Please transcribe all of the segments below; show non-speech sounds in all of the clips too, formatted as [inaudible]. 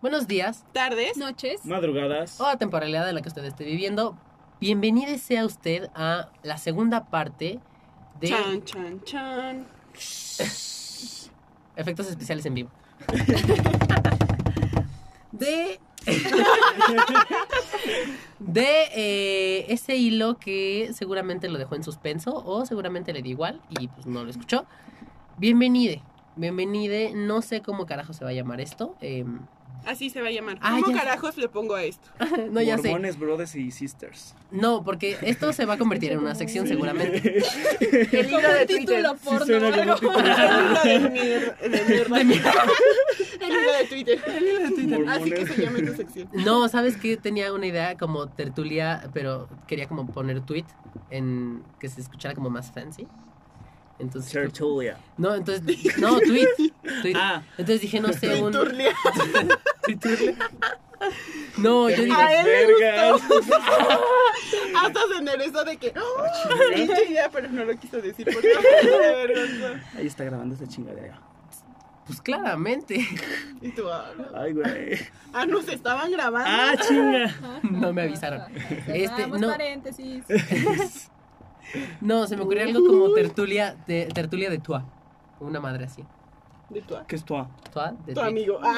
Buenos días Tardes. Noches. Madrugadas. o la temporalidad en la que usted esté viviendo. Bienvenido sea usted a la segunda parte de Chan, chan, chan. efectos especiales en vivo. de [laughs] de eh, ese hilo que seguramente lo dejó en suspenso o seguramente le dio igual y pues no lo escuchó. Bienvenide, bienvenide. No sé cómo carajo se va a llamar esto. em, Así se va a llamar. Ah, ¿Cómo ya. carajos le pongo a esto? no ya sé. Mormones, brothers y sisters. No, porque esto se va a convertir en una sección seguramente. [laughs] El hilo de título porno. suena como algo. un título. El hilo de mier- de mierda. El hilo de Twitter. Así que se llama esta sección. No, ¿sabes qué? Tenía una idea como tertulia, pero quería como poner tweet en que se escuchara como más fancy. Entonces, pues, Tertulia. no, entonces, no, tweet, tweet. Ah. Entonces dije, no sé, un, Turlia. no, yo dije, Ay. él le Vergas. [laughs] Hasta se enderezó de que. ¡Oh! [laughs] Pinche idea, pero no lo quiso decir porque me avergonzó. Ahí está grabando esta chingadera. pues claramente, [laughs] Y tú, ah, no. Ay, güey. ah, nos estaban grabando. Ah, chinga. no me avisaron. Este, Cerramos no. paréntesis. No, se me ocurrió algo como tertulia de tertulia de tua, una madre así. de tu, a- ¿Qué es tu Tua de tu tweet. amigo. Ah.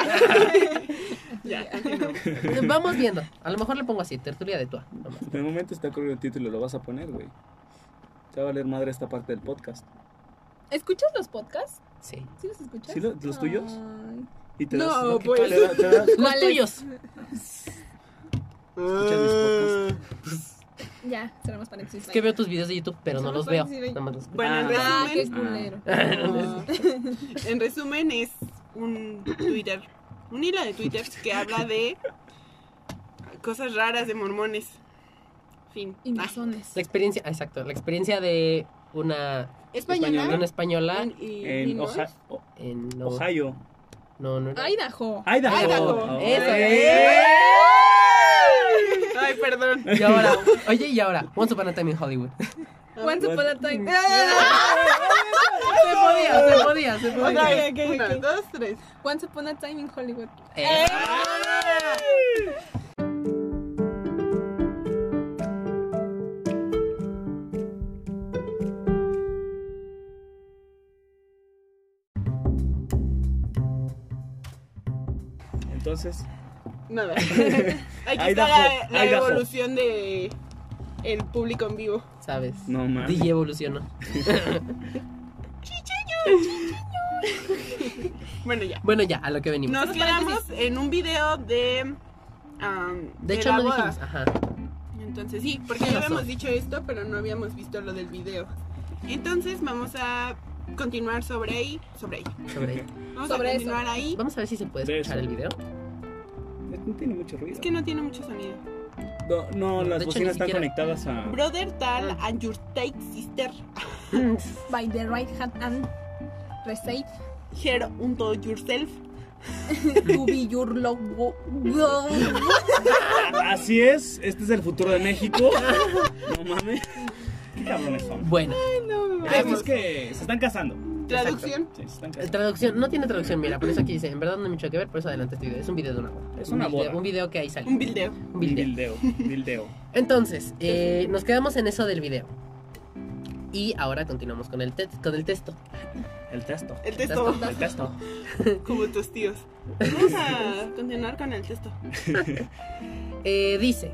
[laughs] [laughs] ya, ah, continuamos. Vamos viendo. A lo mejor le pongo así, tertulia de tua. nomás. De momento está corriendo el título, lo vas a poner, güey. Te va a valer madre esta parte del podcast. ¿Escuchas los podcasts? Sí. ¿Sí los escuchas? ¿Sí lo- los tuyos? Ay. Y te No, das, no, ¿qué pues. tal? Te da- [laughs] te da- Los ¿Cuáles? tuyos. mis Ya, cerramos paréntesis. Es que veo tus videos de YouTube, pero no Solo los veo. puedes decir- Nada más los- Bueno, en Ah, qué resumen, culero. [laughs] en resumen es un Twitter, un hilo de Twitter que habla de cosas raras de mormones. Fin. Y Ah, masones. La experiencia, ah, exacto, la experiencia de una, de Española. una española En- y- y En no- Oja- O- en no, Ohio. no, no, no. Idaho. Idaho. Ah, Idaho. Eso Ay, perdón. Y ahora, oye, y ahora, Once Upon a Time in [laughs] Hollywood. Once upon a time. Ah. se podía, se podía, se podía. Otra vez. Ok, ok, Una, ok. dos, tres. Once upon a time in Hollywood. Eh, Entonces, Nada. Aquí está Idaho, la, la Idaho. evolución de el público en vivo. ¿Sabes? no mames. DJ evolucionó. Bueno, ya. Bueno, ya, a lo que venimos. Nos quedamos en un video de. am, de hecho, la no boda. dijimos, ajá. Entonces sí, porque Tienes ya habíamos razón. dicho esto, pero no habíamos visto lo del video. Entonces vamos a continuar sobre ahí, sobre ahí. Sobre ello. Vamos Sobre a eso. continuar ahí. Vamos a ver si se puede De escuchar eso. el video. No tiene mucho ruido. Es que no tiene mucho sonido. No, no, De las hecho, bocinas ni están siquiera. conectadas a. Brother Tal and your take sister By the right hand and receive here unto yourself. to be your logo. Así es, este es el futuro de México. no mames. Qué cabrones son. Bueno, Ah, pues es que se están casando. Traducción. Sí, se están eh, casando. traducción, no tiene traducción, mira, por eso aquí dice, en verdad no hay mucho que ver, por eso adelante este video. Es un video de una boda. Es Un una video- boda. Un video que ahí salió. Un video. Un video. Bildeo. Bildeo. Entonces, eh, nos quedamos en eso del video. Y ahora continuamos con el, te- con el texto. El texto. El texto, El texto. como tus tíos. Vamos a continuar con el texto. Eh, dice,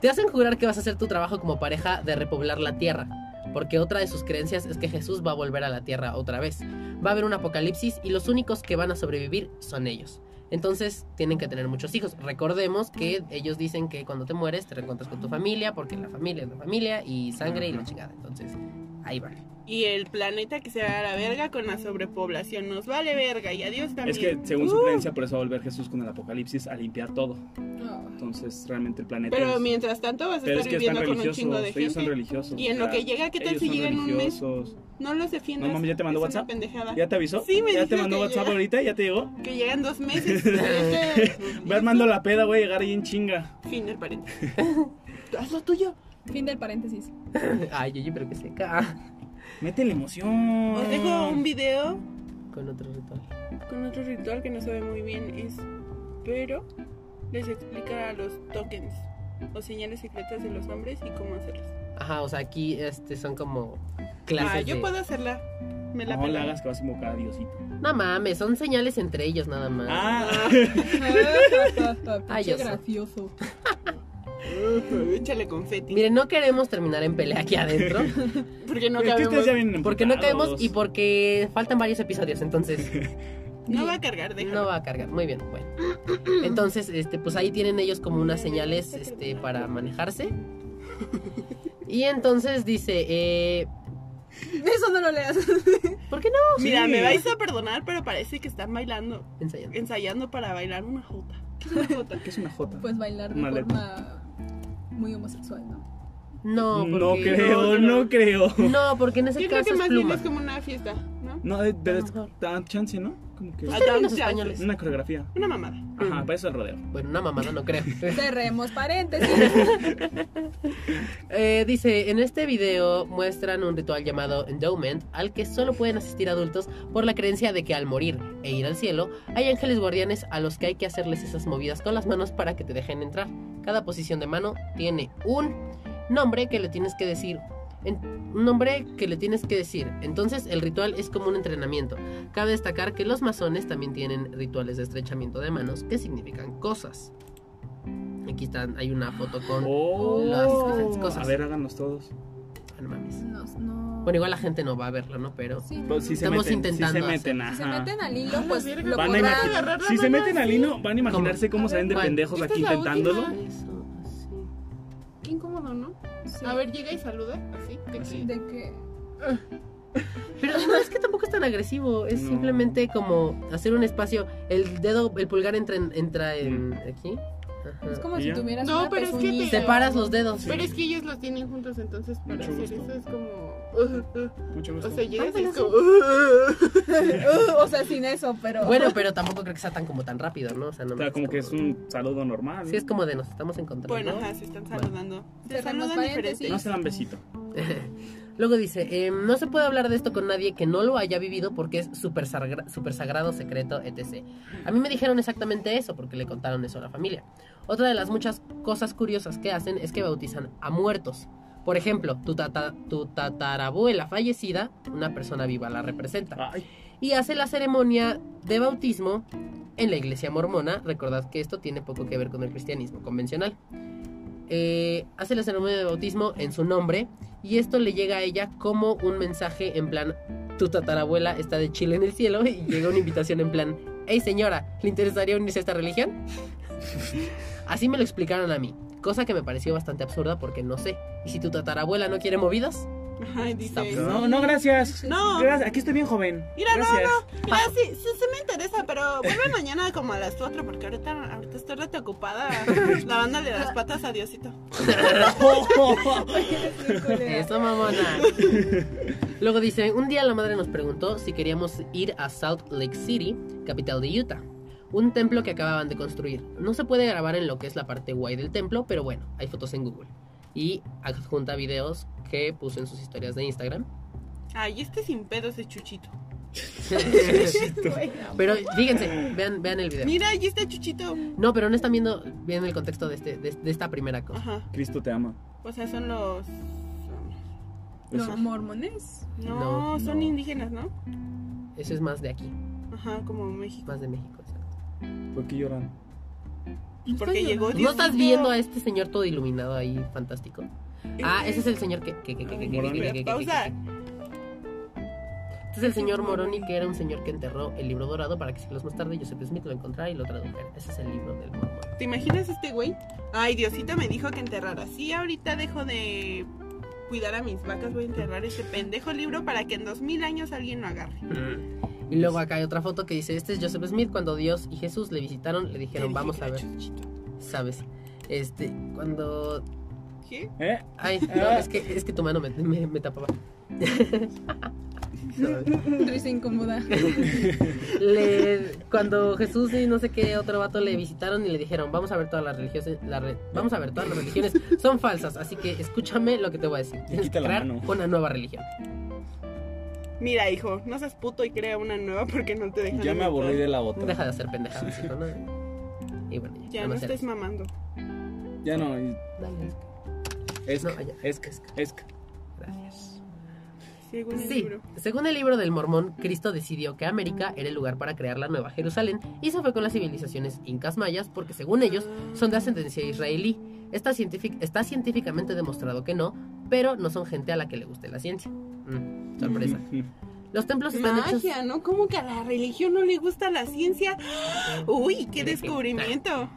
te hacen jurar que vas a hacer tu trabajo como pareja de repoblar la tierra, porque otra de sus creencias es que Jesús va a volver a la tierra otra vez. Va a haber un apocalipsis y los únicos que van a sobrevivir son ellos. Entonces tienen que tener muchos hijos. Recordemos que ellos dicen que cuando te mueres te reencuentras con tu familia, porque la familia es la familia y sangre y la chingada. Entonces, ahí va. [laughs] Y el planeta que se va a la verga con la sobrepoblación. Nos vale verga y adiós también. Es que según su Uh, creencia, por eso va a volver Jesús con el apocalipsis a limpiar todo. Entonces, realmente el planeta. Pero es- mientras tanto vas a Pero estar es que están viviendo con un chingo de religiosos. Ellos son gente. religiosos. Y en o lo sea, que llega, ¿qué tal ellos si son llega en un mes? religiosos. No los defiendas. No mames, ¿ya te mandó es una WhatsApp? pendejada. ¿Ya te avisó? Sí, me ¿Ya dijo te mandó que WhatsApp ya. ahorita? ¿Ya te llegó? Que llegan dos [laughs] meses. Va armando la peda, voy a llegar ahí en chinga. Fin del paréntesis. Haz lo tuyo. Fin del paréntesis. Ay, oye, pero que seca. Métele emoción. Os dejo un video con otro ritual. Con otro ritual que no sabe muy bien es. Pero les explica a los tokens o señales secretas de los hombres y cómo hacerlos. Ajá, o sea, aquí este, son como clases Ah, yo de- puedo hacerla. Me la No le pela. hagas que vas a invocar a Diosito. No mames, son señales entre ellos nada más. Ah, ah, Ay, Qué yo sé. gracioso. Ujú, Échale confeti. Miren, no queremos terminar en pelea aquí [laughs] adentro. porque [laughs] no es que ustedes cabemos. ya vienen Porque no emputados. caemos y porque faltan varios episodios, entonces No va a cargar, déjalo. no va a cargar. Muy bien, bueno. Entonces, este, pues ahí tienen ellos como unas señales este, para manejarse. Y entonces dice, eh, Eso no lo leas. [laughs] ¿por qué no? Mira, Sí. me vais a perdonar, pero parece que están bailando, Ensayando. ensayando para bailar una jota. ¿Qué es una [laughs] jota? ¿Qué es una J? Pues bailar de Una letra. forma muy homosexual, ¿no? No, porque, no creo, no, no, creo. No, porque en ese Yo creo caso que es más bien pluma. es como una fiesta, ¿no? No, eh, pero A lo es- mejor. dan chance, ¿no? Como que Ah, términos Chance. españoles. una coreografía. Una mamada. Mm. Ajá, para eso el rodeo. Bueno, una mamada no [laughs] creo. Cerremos paréntesis. Eh, dice, en este video muestran un ritual llamado endowment al que solo pueden asistir adultos por la creencia de que al morir e ir al cielo hay ángeles guardianes a los que hay que hacerles esas movidas con las manos para que te dejen entrar. Cada posición de mano tiene un nombre que le tienes que decir. en- un nombre que le tienes que decir. Entonces el ritual es como un entrenamiento. Cabe destacar que los masones también tienen rituales de estrechamiento de manos que significan cosas. Aquí están, hay una foto con... Oh, las diferentes cosas. A ver, háganos todos. Ah, no mames. [laughs] No, no. Bueno, igual la gente no va a verlo, ¿no? Pero. Sí, no, Pues, no. si se Estamos meten, intentando si se meten, Si se ajá. meten al hilo, pues Ah, lo Van a podrán- imaginar- agarrar la si se mano meten al hilo, van a imaginarse ¿Cómo? cómo se ven de ¿Cuál? pendejos ¿Esta aquí es la intentándolo. última? Eso, así. Qué incómodo, ¿no? Sí. A ver, llega y saluda, así. de Así. que- De que. Pero no es que tampoco es tan agresivo. Es No. simplemente como hacer un espacio. El dedo, el pulgar entra en. Entra Mm. en aquí. Ajá. Es como ¿Y si ya? tuvieras. No, una pero es que pezuñita. te- Separas los dedos. Pero es que ellos las tienen juntos, entonces para Mucho hacer gusto. Pues eso es como. [laughs] uh, uh. Mucho gusto. O sea, llegas y es Ándale, como. uh, uh, uh. Uh, [laughs] o sea, sin eso, [laughs] pero. Bueno, [laughs] pero tampoco creo que sea tan como tan rápido, ¿no? O sea, no O sea, como que es un saludo normal. Sí, es como de nos estamos encontrando. Bueno, ajá, se están saludando. Se Cerramos saludan paréntesis. diferente. No se dan besito. [laughs] Luego dice, em, no se puede hablar de esto con nadie que no lo haya vivido porque es súper sagra- súper sagrado, secreto, etc. A mí me dijeron exactamente eso porque le contaron eso a la familia. Otra de las muchas cosas curiosas que hacen es que bautizan a muertos. Por ejemplo, tu, tata- tu tatarabuela fallecida, una persona viva la representa. Ay, Y hace la ceremonia de bautismo en la iglesia mormona. Recordad que esto tiene poco que ver con el cristianismo convencional. Eh, hace la ceremonia de bautismo en su nombre y esto le llega a ella como un mensaje en plan, tu tatarabuela está de Chile en el cielo y llega una invitación en plan, hey señora, ¿le interesaría unirse a esta religión? [laughs] Así me lo explicaron a mí, cosa que me pareció bastante absurda porque no sé. ¿Y si tu tatarabuela no quiere movidas? Ay, dice. Stop. no, no, gracias. No, Gracias, Aquí estoy bien joven. Mira, no, gracias. mira, sí, sí, sí me interesa, pero vuelve mañana como a las 4 porque ahorita, ahorita estoy rete ocupada lavándole las patas a Diosito. [laughs] Eso, mamona. Luego dice, un día la madre nos preguntó si queríamos ir a Salt Lake City, capital de Utah, un templo que acababan de construir. No se puede grabar en lo que es la parte guay del templo, pero bueno, hay fotos en Google. Y adjunta videos que puso en sus historias de Instagram. Ay, este sin pedos es Chuchito. pero fíjense, vean, vean el video. Mira, ahí está Chuchito. No, pero no están viendo bien el contexto de, este, de, de esta primera cosa. Ajá. [laughs] Cristo te ama. O sea, son los. No, mormones. No, No, son no. indígenas, ¿no? Eso es más de aquí, Ajá, como México. más de México. exacto. ¿Por qué lloran? ¿Y por Estoy qué llegó ¿No Diosito? estás viendo a este señor todo iluminado ahí, fantástico? Ah, ese es el señor que. que, que, que, que, que, que, que, que, que, Pausa. que- que- Este es el señor Moroni, que era un señor que enterró el libro dorado para que siglos más tarde Joseph Smith lo encontrara y lo tradujera. Ese es el libro del mormón. ¿Te imaginas este güey? Ay, Diosito me dijo que enterrara. Sí, ahorita dejo de cuidar a mis vacas. Voy a enterrar este pendejo libro para que en dos mil años alguien lo agarre. Mm. Y luego acá hay otra foto que dice: Este es Joseph Smith cuando Dios y Jesús le visitaron, le Te dije dijeron, vamos que a era ver, chuchito. ¿sabes? Este, cuando. ¿Qué? ¿Eh? [laughs] Ay, no, es que, es que tu mano me, me, me tapaba. [laughs] Risa incómoda. Le- cuando Jesús y no sé qué otro vato le visitaron y le dijeron, vamos a ver todas las religiones, la re- vamos a ver todas las religiones son falsas, así que escúchame lo que te voy a decir. Y quita la Crear mano. una nueva religión. Mira, hijo, no seas puto y crea una nueva porque no te dejan. Ya me entrar. aburrí de la otra. Deja de hacer pendejadas, hijo, ¿no? Y bueno, ya. Ya nada no más era estés eso. mamando. Ya no. y- Dale. Es No, que- ya. es que- es que- Gracias. Según el Sí, Este libro. según el libro del Mormón, Cristo decidió que América era el lugar para crear la Nueva Jerusalén y se fue con las civilizaciones incas mayas porque según ellos son de ascendencia israelí. Está, científic- está científicamente demostrado que no, pero no son gente a la que le guste la ciencia. Mm, sorpresa. Los templos están hechos... Magia, ¿no? ¿Cómo que a la religión no le gusta la ciencia? Uy, qué descubrimiento.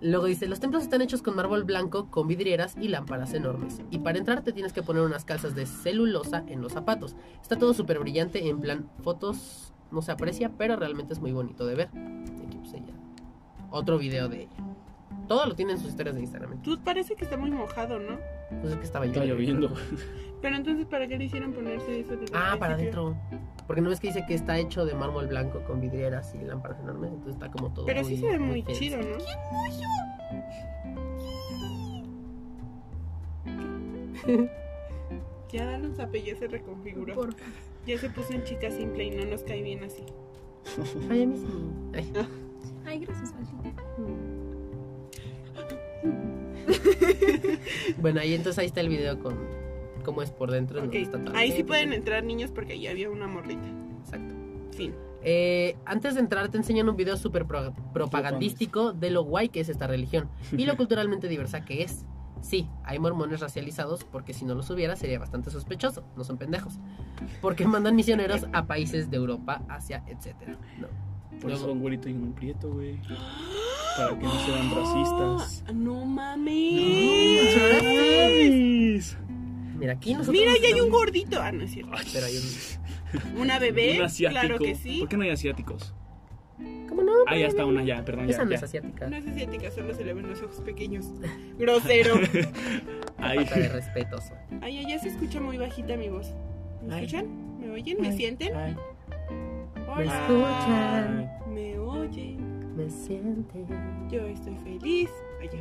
Luego dice, los templos están hechos con mármol blanco, con vidrieras y lámparas enormes. Y para entrar te tienes que poner unas calzas de celulosa en los zapatos. Está todo súper brillante, en plan, fotos no se aprecia, pero realmente es muy bonito de ver. Y Aquí pues ella. Otro video de ella. Todo lo tiene en sus historias de Instagram. Tú Pues parece que está muy mojado, ¿no? Entonces que estaba [laughs] Está lloviendo. lloviendo. Pero entonces, ¿para qué le hicieron ponerse eso? desde Ah, el para principio? adentro. Porque no ves que dice que está hecho de mármol blanco con vidrieras y lámparas enormes. Entonces está como todo. Pero sí se ve muy fancy. chido, ¿no? [laughs] Ya dale un zape, ya se reconfiguró. Por Ya se puso en chica simple y no nos cae bien así. Ay, a mí sí. Ay. Ay, gracias, Vali. Mm. Bueno, ahí entonces ahí está el video con cómo es por dentro. en Ok, donde está todo el ahí sí tiempo. pueden entrar niños porque ahí había una morrita. Exacto. Fin. Eh, antes de entrar te enseñan un video súper pro- propagandístico de lo guay que es esta religión y [laughs] lo culturalmente diversa que es. Sí, hay mormones racializados porque si no los hubiera sería bastante sospechoso, no son pendejos. Porque mandan misioneros a países de Europa, Asia, etcétera. No. Por eso Luego- un güerito y un prieto, güey. Para que no sean [gasps] racistas. Ah, No No mames. mames. Mira, aquí nosotros Mira, ya hay estamos- un gordito. Ah, no es cierto. Pero hay un... Una bebé. Un asiático. Claro que sí. ¿Por qué no hay asiáticos? ¿Cómo no? Ah, ya está una ya, perdón, ya. Esa no ya. es asiática. No es asiática, solo se le ven los ojos pequeños. Grosero. Qué Ay, Falta de respetos. Ay, ay, ya se escucha muy bajita mi voz. ¿Me Ay. escuchan? ¿Me oyen? ¿Me sienten? Ay, me Hola. escuchan, Me oyen. me sienten. Yo estoy feliz. Ay, ya.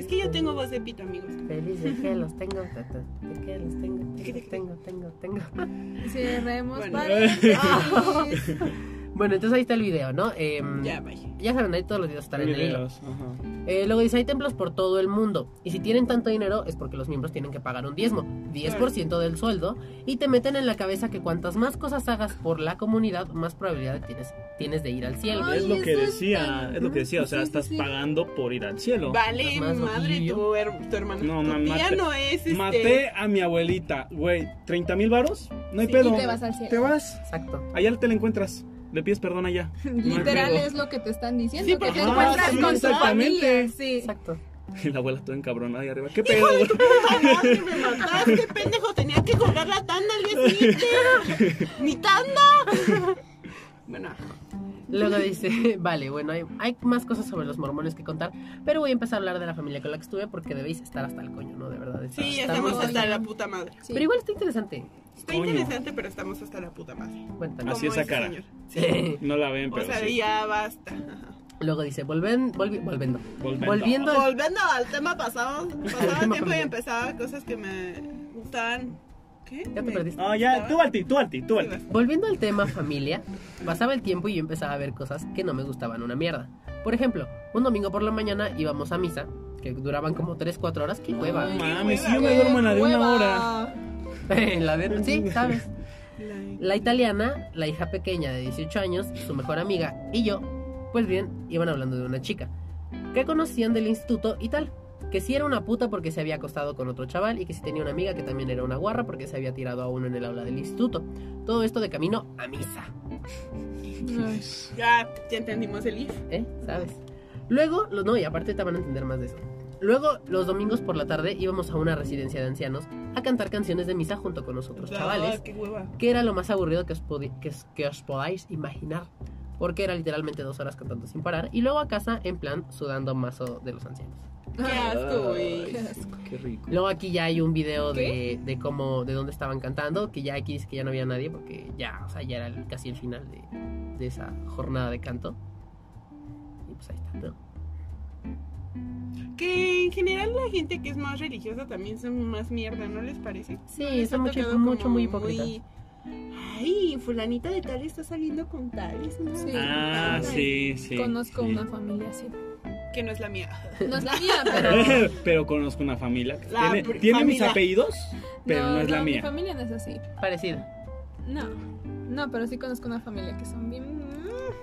Es que yo tengo voz de pito, amigos. Feliz de que los tengo, ta, ta, de que los tengo, tengo, [laughs] tengo, tengo, tengo. Cerremos Bueno. paréntesis. [laughs] Bueno, entonces ahí está el video, ¿no? Em, Ya, vaya. ya saben, ahí todos los [laughs] videos están en el hilo. videos, ajá. Eh, luego dice, hay templos por todo el mundo. Y si tienen tanto dinero es porque los miembros tienen que pagar un diezmo, 10% del sueldo, y te meten en la cabeza que cuantas más cosas hagas por la comunidad, más probabilidad tienes, tienes de ir al cielo. Ay, es lo que eso decía, está- es lo que decía, o sea, Sí, sí, estás sí. pagando por ir al cielo. Vale, Más madre, ojillo. tu, her- tu hermana. No, tu ma- tía maté- no es este. Maté a mi abuelita, güey, 30 mil varos, no hay Sí, pedo. y te vas al cielo. Te vas, Exacto. allá te la encuentras, le pides perdón allá. [laughs] Literal No hay es lo que te están diciendo. Sí, que porque- te Ah, encuentras sí, con tu exactamente. familia. Sí. Exacto. pedo. Y la abuela toda encabronada ahí arriba, ¿qué pedo? güey? ¡Ah, que me [laughs] mataste, pendejo! Tenía que cobrar la tanda al día siguiente. [laughs] ¡Mi tanda! Bueno, Luego dice, [laughs] vale, bueno, hay, hay más cosas sobre los mormones que contar, pero voy a empezar a hablar de la familia con la que estuve porque debéis estar hasta el coño, ¿no? De verdad. está- sí, está estamos muy- hasta la puta madre. Sí. Pero igual está interesante. Está Coño. interesante, pero estamos hasta la puta madre. Cuéntanos. Así Como esa ese cara. señor. [laughs] No la ven, O pero sea, sí. ya basta. Ajá. [laughs] Luego dice, volven, volvi- volviendo. Volviendo. Volviendo al- Volviendo al tema pasado, pasaba tema tiempo y familiar. empezaba cosas que me gustaban. ¿Qué? Ya te Me- perdiste. Ah, ya, tú Balti, tú Balti, tú Balti. Volviendo al tema familia, pasaba el tiempo y yo empezaba a ver cosas que no me gustaban una mierda. Por ejemplo, un domingo por la mañana íbamos a misa, que duraban como 3-4 horas, qué hueva. No Ay, mames, qué si yo me Qué duermo en la de una hueva. hora. [laughs] la de... Sí, sabes. La- La italiana, la hija pequeña de 18 años, su mejor amiga y yo, pues bien, iban hablando de una chica que conocían del instituto y tal. Que si era una puta porque se había acostado con otro chaval y que si tenía una amiga que también era una guarra porque se había tirado a uno en el aula del instituto. Todo esto de camino a misa, Ay. Ya, ya entendimos el if. ¿eh? ¿Sabes? Luego, lo- no, y aparte te van a entender más de eso. Luego, los domingos por la tarde íbamos a una residencia de ancianos a cantar canciones de misa junto con nosotros, chavales. Ah, qué hueva. que era lo más aburrido que os, podi- que os- que os podáis imaginar. Porque era literalmente dos horas cantando sin parar. Y luego a casa, en plan, sudando mazo de los ancianos. Qué asco, güey. Qué asco. Qué rico. Luego aquí ya hay un video de, de cómo, de dónde estaban cantando. Que ya aquí dice que ya no había nadie porque ya, o sea, ya era el- casi el final de, de esa jornada de canto. Y pues ahí está, ¿no? Que en general la gente que es más religiosa también son más mierda, ¿no les parece? Sí, Les ha son Ah, mucho, tocado mucho, como muy hipócritas. muy- Ay, fulanita de tal está saliendo con tales. ¿no? Sí. Ah, sí, [laughs] sí. Conozco sí. [laughs] una familia así. Que no es la mía. [laughs] No es la mía, pero. pero conozco una familia. que La tiene pr- tiene mis familia. apellidos, pero no, es la Mi mía. familia no es así. Parecida. No. No, pero sí conozco una familia que son bien.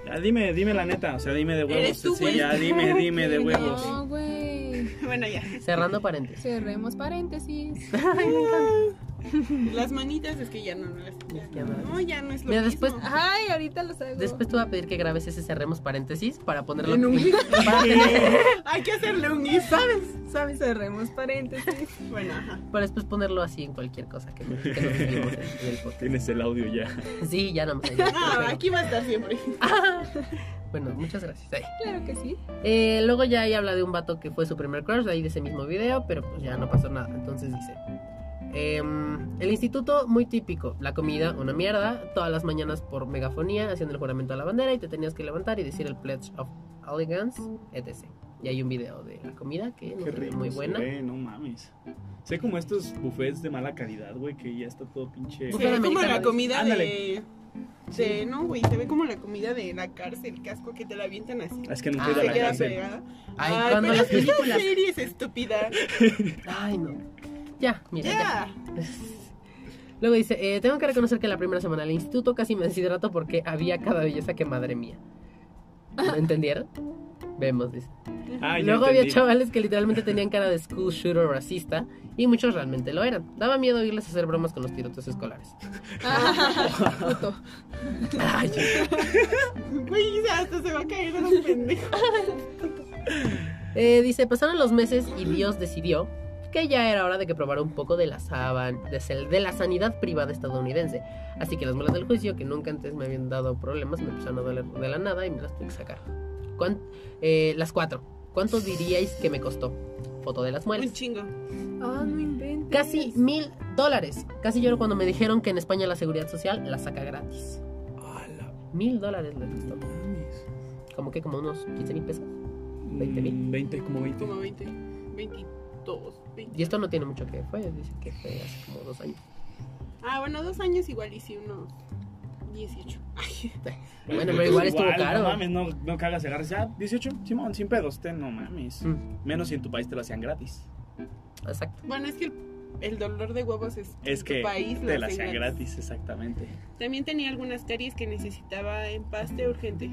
Ya, Ah, dime, dime la neta, o sea, dime de huevos. Eres tú, sí, güey. ya, dime, dime de huevos. No, güey. [laughs] Bueno, ya. Cerrando paréntesis. Cerremos paréntesis. [laughs] Las manitas es que ya no, no las Ya no. No, ya no es lo Mira, mismo. después- ah, Ay, ahorita los hago. Después te voy a pedir que grabes ese cerremos paréntesis para ponerlo [laughs] En un- [laughs] para tener- [laughs] Hay que hacerle un gif. ¿Sabes? Cerremos paréntesis. Bueno, ajá. para después ponerlo así en cualquier cosa que, que nos [laughs] subimos en- en el podcast. Tienes el audio ya. Sí, ya no me [laughs] No, aquí va a estar siempre. [laughs] Bueno, muchas gracias. Ay. Claro [laughs] que sí. [laughs] Eh, luego ya ahí habla de un vato que fue su primer crush, de ahí de ese mismo video, pero pues ya no pasó nada. Entonces dice: em, El instituto, muy típico. La comida, una mierda. Todas las mañanas por megafonía, haciendo el juramento a la bandera y te tenías que levantar y decir el Pledge of Allegiance, etc. Y hay un video de la comida que no Qué se ve rico muy se buena. ve, no mames. Sé como estos buffets de mala calidad, güey, que ya está todo pinche. Sí. Se ve como la comida de... Ándale. de- No, güey, se ve como la comida de la cárcel, casco que te la avientan así. Ah, Es que nunca Ah, he ido a Se la queda cárcel. pegada. Ay, cuando pero las es que películas. esta serie es estúpida. Ay, no. Ya, mira, ya. [laughs] Ya. [laughs] Luego dice, eh, tengo que reconocer que la primera semana del instituto casi me deshidrato porque había cada belleza que madre mía. ¿No entendieron? Vemos, dice. Ah, ya Luego había entendí. chavales que literalmente tenían cara de school shooter racista y muchos realmente lo eran. Daba miedo oírles hacer bromas con los tiroteos escolares. [laughs] Ah, puto. Ay, Güey, o sea, hasta se va a caer [laughs] un pendejo. eh, dice, pasaron los meses y Dios decidió que ya era hora de que probara un poco de la, saban, de, sel- de la sanidad privada estadounidense. Así que las muelas del juicio, que nunca antes me habían dado problemas, me empezaron a doler de la nada y me las tuve que sacar. ¿Cuán- eh, las cuatro. ¿Cuánto diríais que me costó? Foto de las muelas. Un chingo. Ah, no inventes. Casi mil dólares. Casi lloro cuando me dijeron que en España la seguridad social la saca gratis. Ah, la Mil dólares les costó. mames. Como que como unos 15 mil pesos. 20 mil. Mm, 20, como 20. Como 20, 22, 20. Y esto no tiene mucho que ver. Dice que fue hace como dos años. Ah, bueno, dos años igual y sí, unos 18. Ay, Bueno, pero igual estuvo caro. No mames, no, no cagas, agarras ya 18, Simón, 100 pedos, te no mames. Mm. Menos si en tu país te lo hacían gratis. Exacto. Bueno, es que el, el dolor de huevos es, Es en que tu país te lo lo hacen hacían gratis. gratis, exactamente. También tenía algunas caries que necesitaba empaste urgente.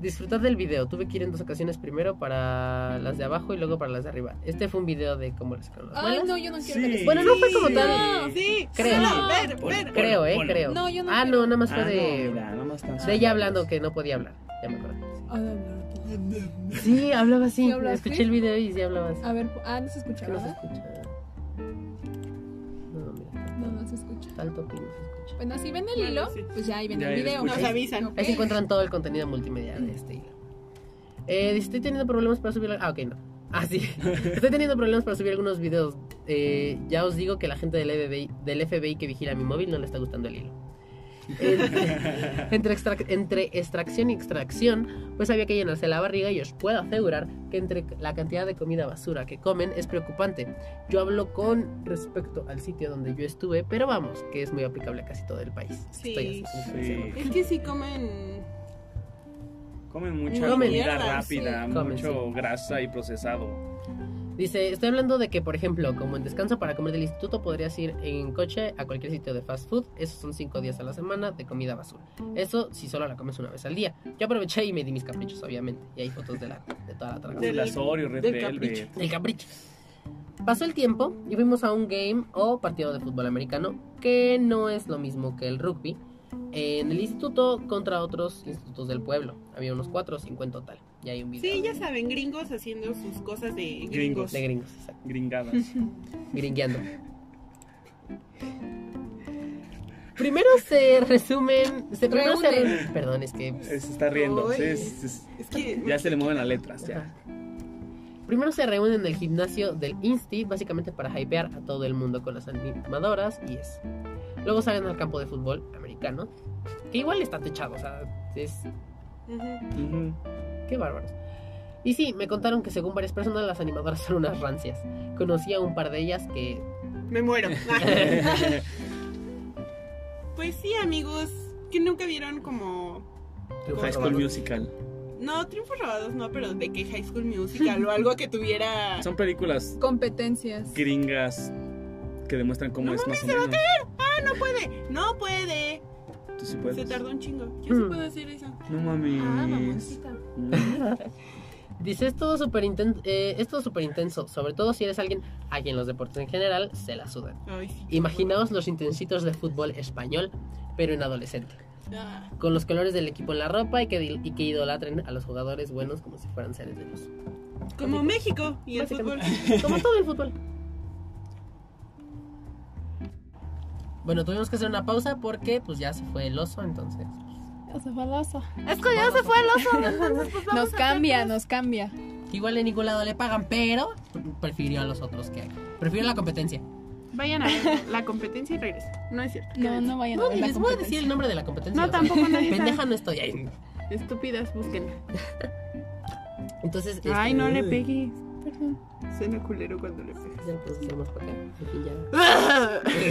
Disfrutad del video. Tuve que ir en dos ocasiones primero para las de abajo y luego para las de arriba. Este fue un video de cómo les sacaron las Ay, muelas. no, yo no quiero Sí. ver eso. Ah, Bueno, no fue como Sí. tal. Sí, Creo. solo ver, Polo, ver. polo, Creo, eh, polo. creo. No, yo no ah, quiero. no, nada más fue Ah, de. no, mira, nomás tan de ella solo. hablando que no podía hablar. Ya me acuerdo. Ah, no, no, no. Sí, hablaba así. ¿Sí hablaba así? Escuché el video y sí hablaba así. A ver, ah, no se Es escucha, que no se ¿verdad? escucha. No, mira. No, no se escucha. Tanto que no se escucha. Bueno, si ven No, el hilo, no, sí. pues ya ahí ven Ya el ahí video. después. Nos avisan. Ok. Ahí se encuentran todo el contenido multimedia de este hilo. Eh, dice, estoy teniendo problemas para subir... Ah, ok, no. Ah, [laughs] sí. Estoy teniendo problemas para subir algunos videos. Eh, ya os digo que la gente del FBI, del FBI que vigila mi móvil no le está gustando el hilo. Eh, [laughs] entre, extrac- entre extracción y extracción, pues había que llenarse la barriga y os puedo asegurar que entre la cantidad de comida basura que comen es preocupante. Yo hablo con respecto al sitio donde yo estuve, pero vamos, que es muy aplicable a casi todo el país. Sí. Estoy así, Sí. Es que sí comen. Comen mucha Comen. comida Mierda, rápida, sí. Comen, mucho grasa y procesado. Dice, estoy hablando de que, por ejemplo, como en descanso para comer del instituto, podrías ir en coche a cualquier sitio de fast food. Esos son cinco días a la semana de comida basura. Eso si solo la comes una vez al día. Yo aproveché y me di mis caprichos, obviamente. Y hay fotos de, la, de toda la Las traga. Del- Las Oreo, Red del Velvet. El capricho. Pasó el tiempo y fuimos a un game o partido de fútbol americano, que no es lo mismo que el rugby, en el instituto contra otros institutos del pueblo. Había unos cuatro o cinco en total. Y hay un video Sí, ya saben, gringos haciendo sus cosas de gringos. Gringos. de gringos, exacto. [laughs] Gringadas. Gringueando. Primero se resumen. Se primero se Reúnen. re- Perdón, es que. Se está riendo. Ay. sí, es- es- Es que. ya se le mueven las letras. Ya. Ajá. Primero se reúnen en el gimnasio del Insti, básicamente para hypear a todo el mundo con las animadoras y eso. Luego salen al campo de fútbol americano, que igual está techado, o sea, es Ujú. [laughs] Ujú. Qué bárbaros. Y sí, me contaron que según varias personas las animadoras son unas rancias. [laughs] Conocí a un par de ellas que Me muero. Pues sí, amigos, que nunca vieron como High School Musical. no triunfos robados, no, pero de que High School Musical o algo que tuviera [laughs] Son películas Competencias. gringas que demuestran cómo No es más o menos. no puede, no puede. Tú sí Se puedes. tardó un chingo. Yo sí puedo hacer eso. No mames. Ah, mamoncita. Mm. Dice, es todo súper intenso, es todo súper intenso, sobre todo si eres alguien a quien los deportes en general se la sudan. Ay, sí. Imaginaos los intensitos de fútbol español, pero en adolescente, Ah, con los colores del equipo en la ropa y que, di- y que idolatren a los jugadores buenos como si fueran seres de luz. como México y el fútbol. Básicamente, Como todo el fútbol. Bueno, tuvimos que hacer una pausa porque pues ya se fue el oso, entonces. Ya se fue el oso. Es que ya se fue el [laughs] oso. entonces, pues, vamos Nos a cambia, hacer- nos cambia. Igual en ningún lado le pagan, pero prefirió a los otros que prefirió la competencia. [laughs] Vayan a ver la competencia y regresen. No es cierto. No, no vayan a No, ver ni la les voy a decir competencia. el nombre de la competencia. No, o sea, tampoco nadie sabe. Pendeja no estoy ahí. Estúpidas, búsquenla. Entonces. este, Ay, no le Uy. pegues. Perdón. Suena culero cuando le [laughs] pegas. Ya lo puedes hacer más para acá. Aquí ya.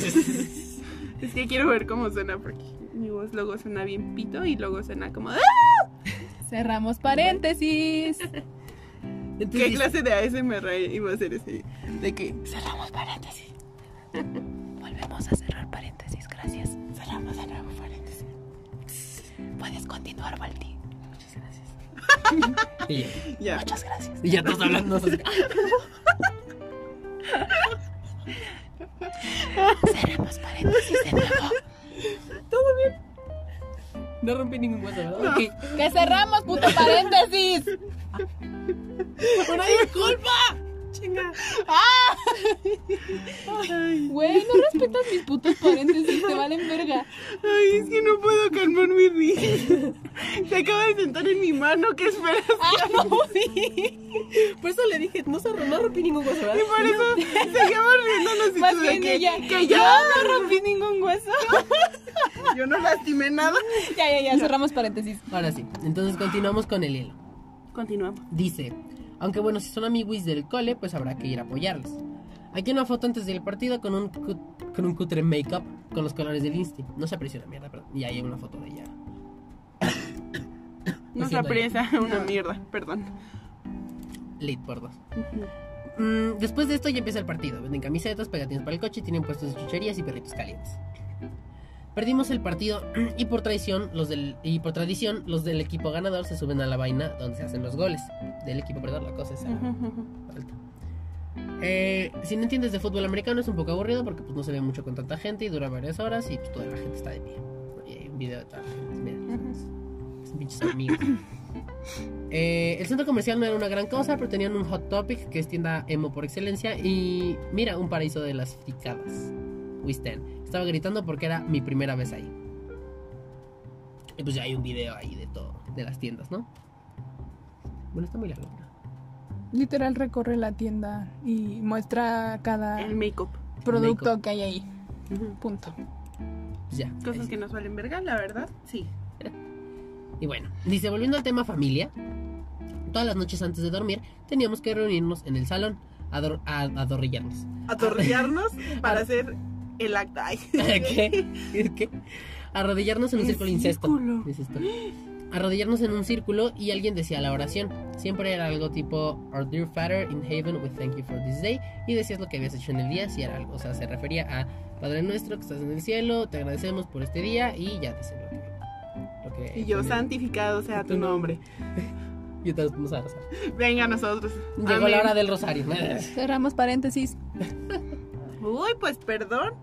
[laughs] es que quiero ver cómo suena porque mi voz luego suena bien pito y luego suena como ¡Ah! Cerramos paréntesis. Entonces, ¿Qué dice- clase de ASMR iba a ser ese? De que Cerramos paréntesis. [laughs] Volvemos a cerrar paréntesis, gracias. Cerramos de nuevo paréntesis. Puedes continuar, Valdi. Muchas gracias. Y ya, ya. Muchas gracias. y ya todos hablando. así. "Ah, Cerramos paréntesis de nuevo. No rompí ningún hueso, ¿verdad? Ok. Que cerramos, puto paréntesis. Una disculpa. Chinga. Güey, no respetas mis putos paréntesis, te [laughs] valen verga. Ay, es que no puedo calmar mi risa. Se acaba de sentar en mi mano, ¿qué esperas? Ah, Por eso le dije, no, se, no rompí ningún hueso, ¿verdad? Y por eso seguimos riéndonos [laughs] y Más tú de bien que, ella. que yo, Yo no rompí [laughs] ningún hueso. yo no lastimé nada. Ya, ya, ya, cerramos paréntesis. Ahora sí. Entonces continuamos con el hielo. Continuamos. Dice, aunque bueno, si son amiguis del cole, pues habrá que ir a apoyarlos. Aquí una foto antes del partido con un, cu- con un cutre make-up con los colores del Insti. No se apreció la mierda, perdón. Y ahí hay una foto de ella. Nos siento apriesa una mierda, perdón. Late por dos. Mm, después de esto ya empieza el partido. Venden camisetas, pegatines para el coche, tienen puestos de chucherías y perritos calientes. Perdimos el partido [clears throat] y por traición, los del, y por tradición, los del equipo ganador se suben a la vaina donde se hacen los goles. Del equipo perdedor, la cosa es a- alta. Eh, si no entiendes de fútbol americano es un poco aburrido porque pues, no se ve mucho con tanta gente y dura varias horas y pues, toda la gente está de pie. Y hay un video de toda la gente. Mira, son pinches amigos. Eh, el centro comercial no era una gran cosa, pero tenían un Hot Topic que es tienda emo por excelencia y mira, un paraíso de las fricadas. We stand. Estaba gritando porque era mi primera vez ahí. Y pues ya hay un video ahí de todo, de las tiendas, ¿no? Bueno, está muy largo. ¿no? [laughs] Literal recorre la tienda y muestra cada El make-up. producto que hay ahí. Punto. Pues ya. ahí Cosas sí. que nos valen verga, la verdad. Sí. Y bueno, dice, volviendo al tema familia, todas las noches antes de dormir teníamos que reunirnos en el salón a, dor- a- a [laughs] dorrillarnos. Atorrillarnos para hacer el acta. Ay. ¿Qué? ¿Qué? Arrodillarnos en un El círculo incesto. círculo. Incesto. Arrodillarnos en un círculo y alguien decía la oración. Siempre era algo tipo, Our dear Father in heaven, we thank you for this day. Y decías lo que habías hecho en el día, si era algo. O sea, se refería a, Padre nuestro que estás en el cielo, te agradecemos por este día y ya dice lo que... Lo que Y yo, Santi santificado sea tu nombre. Y entonces vamos a rezar. Venga a nosotros. Llegó Amén. la hora del rosario. [laughs] Cerramos paréntesis. Uy, pues perdón.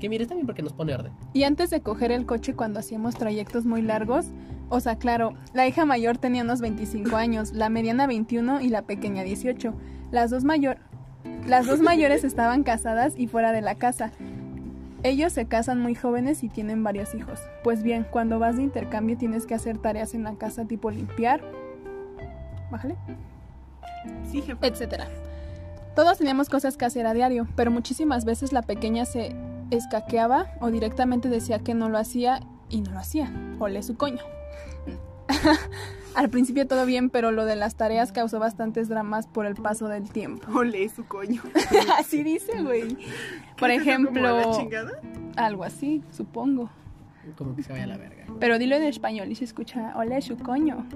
Que mire, está bien porque nos pone orden. Y antes de coger el coche cuando hacíamos trayectos muy largos, o sea, claro, la hija mayor tenía unos 25 años, la mediana 21 y la pequeña 18. Las dos, mayor- las dos mayores estaban casadas y fuera de la casa. Ellos se casan muy jóvenes y tienen varios hijos. Pues bien, cuando vas de intercambio tienes que hacer tareas en la casa tipo limpiar, bájale, Sí, jefe. etcétera. Todos teníamos cosas que hacer a diario, pero muchísimas veces la pequeña se escaqueaba o directamente decía que no lo hacía y no lo hacía. Ole su coño. [laughs] Al principio todo bien, pero lo de las tareas causó bastantes dramas por el paso del tiempo. [laughs] Ole, su coño. Así [laughs] dice, güey. Por ¿Qué es eso, como ejemplo, la chingada? algo así, supongo. Como que se vaya a la verga. Pero dilo en español y se escucha, ole su coño.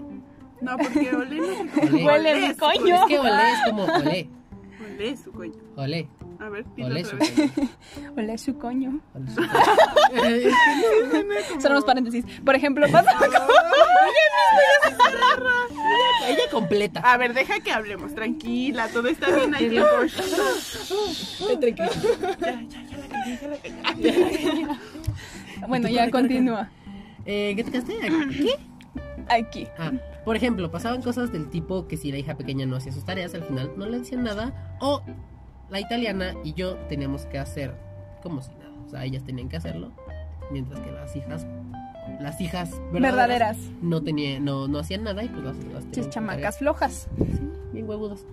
No, porque ole no es Olé. [laughs] Huele Olé mi su coño. coño. Es que olé es como olé. Ole, su coño. Olé. A ver, dilo Olé. otra su- vez. Ole su coño. olé su- Son unos paréntesis. Por [laughs] ejemplo, pasa [laughs] Ella completa. A ver, deja que hablemos, tranquila, todo está bien ahí. [laughs] Tranquila. [laughs] Ya, ya, ya la cagué, Ah, ya la cagué. Bueno, ya continúa. Eh, ¿Qué te quedaste? ¿Qué? Aquí. Ah, por ejemplo, pasaban cosas del tipo que si la hija pequeña no hacía sus tareas, al final no le decían nada. O la italiana y yo teníamos que hacer como si nada. O sea, ellas tenían que hacerlo. Mientras que las hijas, las hijas verdaderas, Verdaderas. no, tenían, no, no hacían nada y pues las, las tenían que Chis cargar. chamacas flojas. Sí, bien huevudos.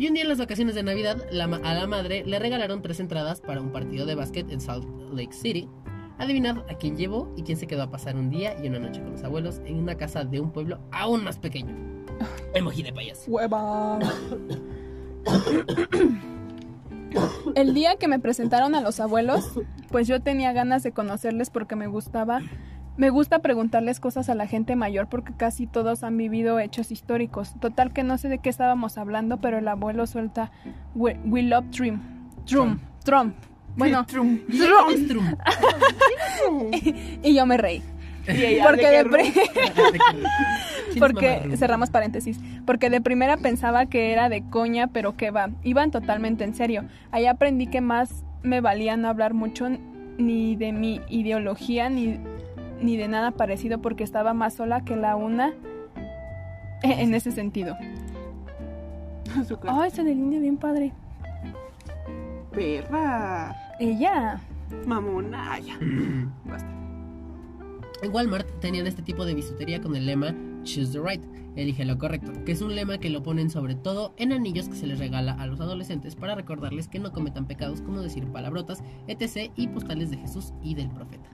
Y un día en las vacaciones de Navidad, la ma- a la madre le regalaron tres entradas para un partido de básquet en Salt Lake City. Adivinad a quién llevó y quién se quedó a pasar un día y una noche con los abuelos en una casa de un pueblo aún más pequeño. Emoji de payaso. Hueva. El día que me presentaron a los abuelos, pues yo tenía ganas de conocerles porque me gustaba. Me gusta preguntarles cosas a la gente mayor porque casi todos han vivido hechos históricos. Total que no sé de qué estábamos hablando, pero el abuelo suelta We, we love Trump. Trump. Trump. Bueno, Trum. Trum. y yo me reí. Y ella, Porque qué de, ru- pri- ¿Quién es [laughs] Porque Mamarrum? cerramos paréntesis. Porque de primera pensaba que era de coña, pero que va. Iban totalmente en serio. Ahí aprendí que más me valía no hablar mucho ni de mi ideología ni, ni de nada parecido porque estaba más sola que la una eh, en ese sentido. Su cara. Ay, se delinea bien padre. Perra. Ella. Mamona. Ay, ya. Basta. En Walmart tenían este tipo de bisutería con el lema Choose the Right, elige lo correcto, que es un lema que lo ponen sobre todo en anillos que se les regala a los adolescentes para recordarles que no cometan pecados como decir palabrotas, etc. y postales de Jesús y del profeta.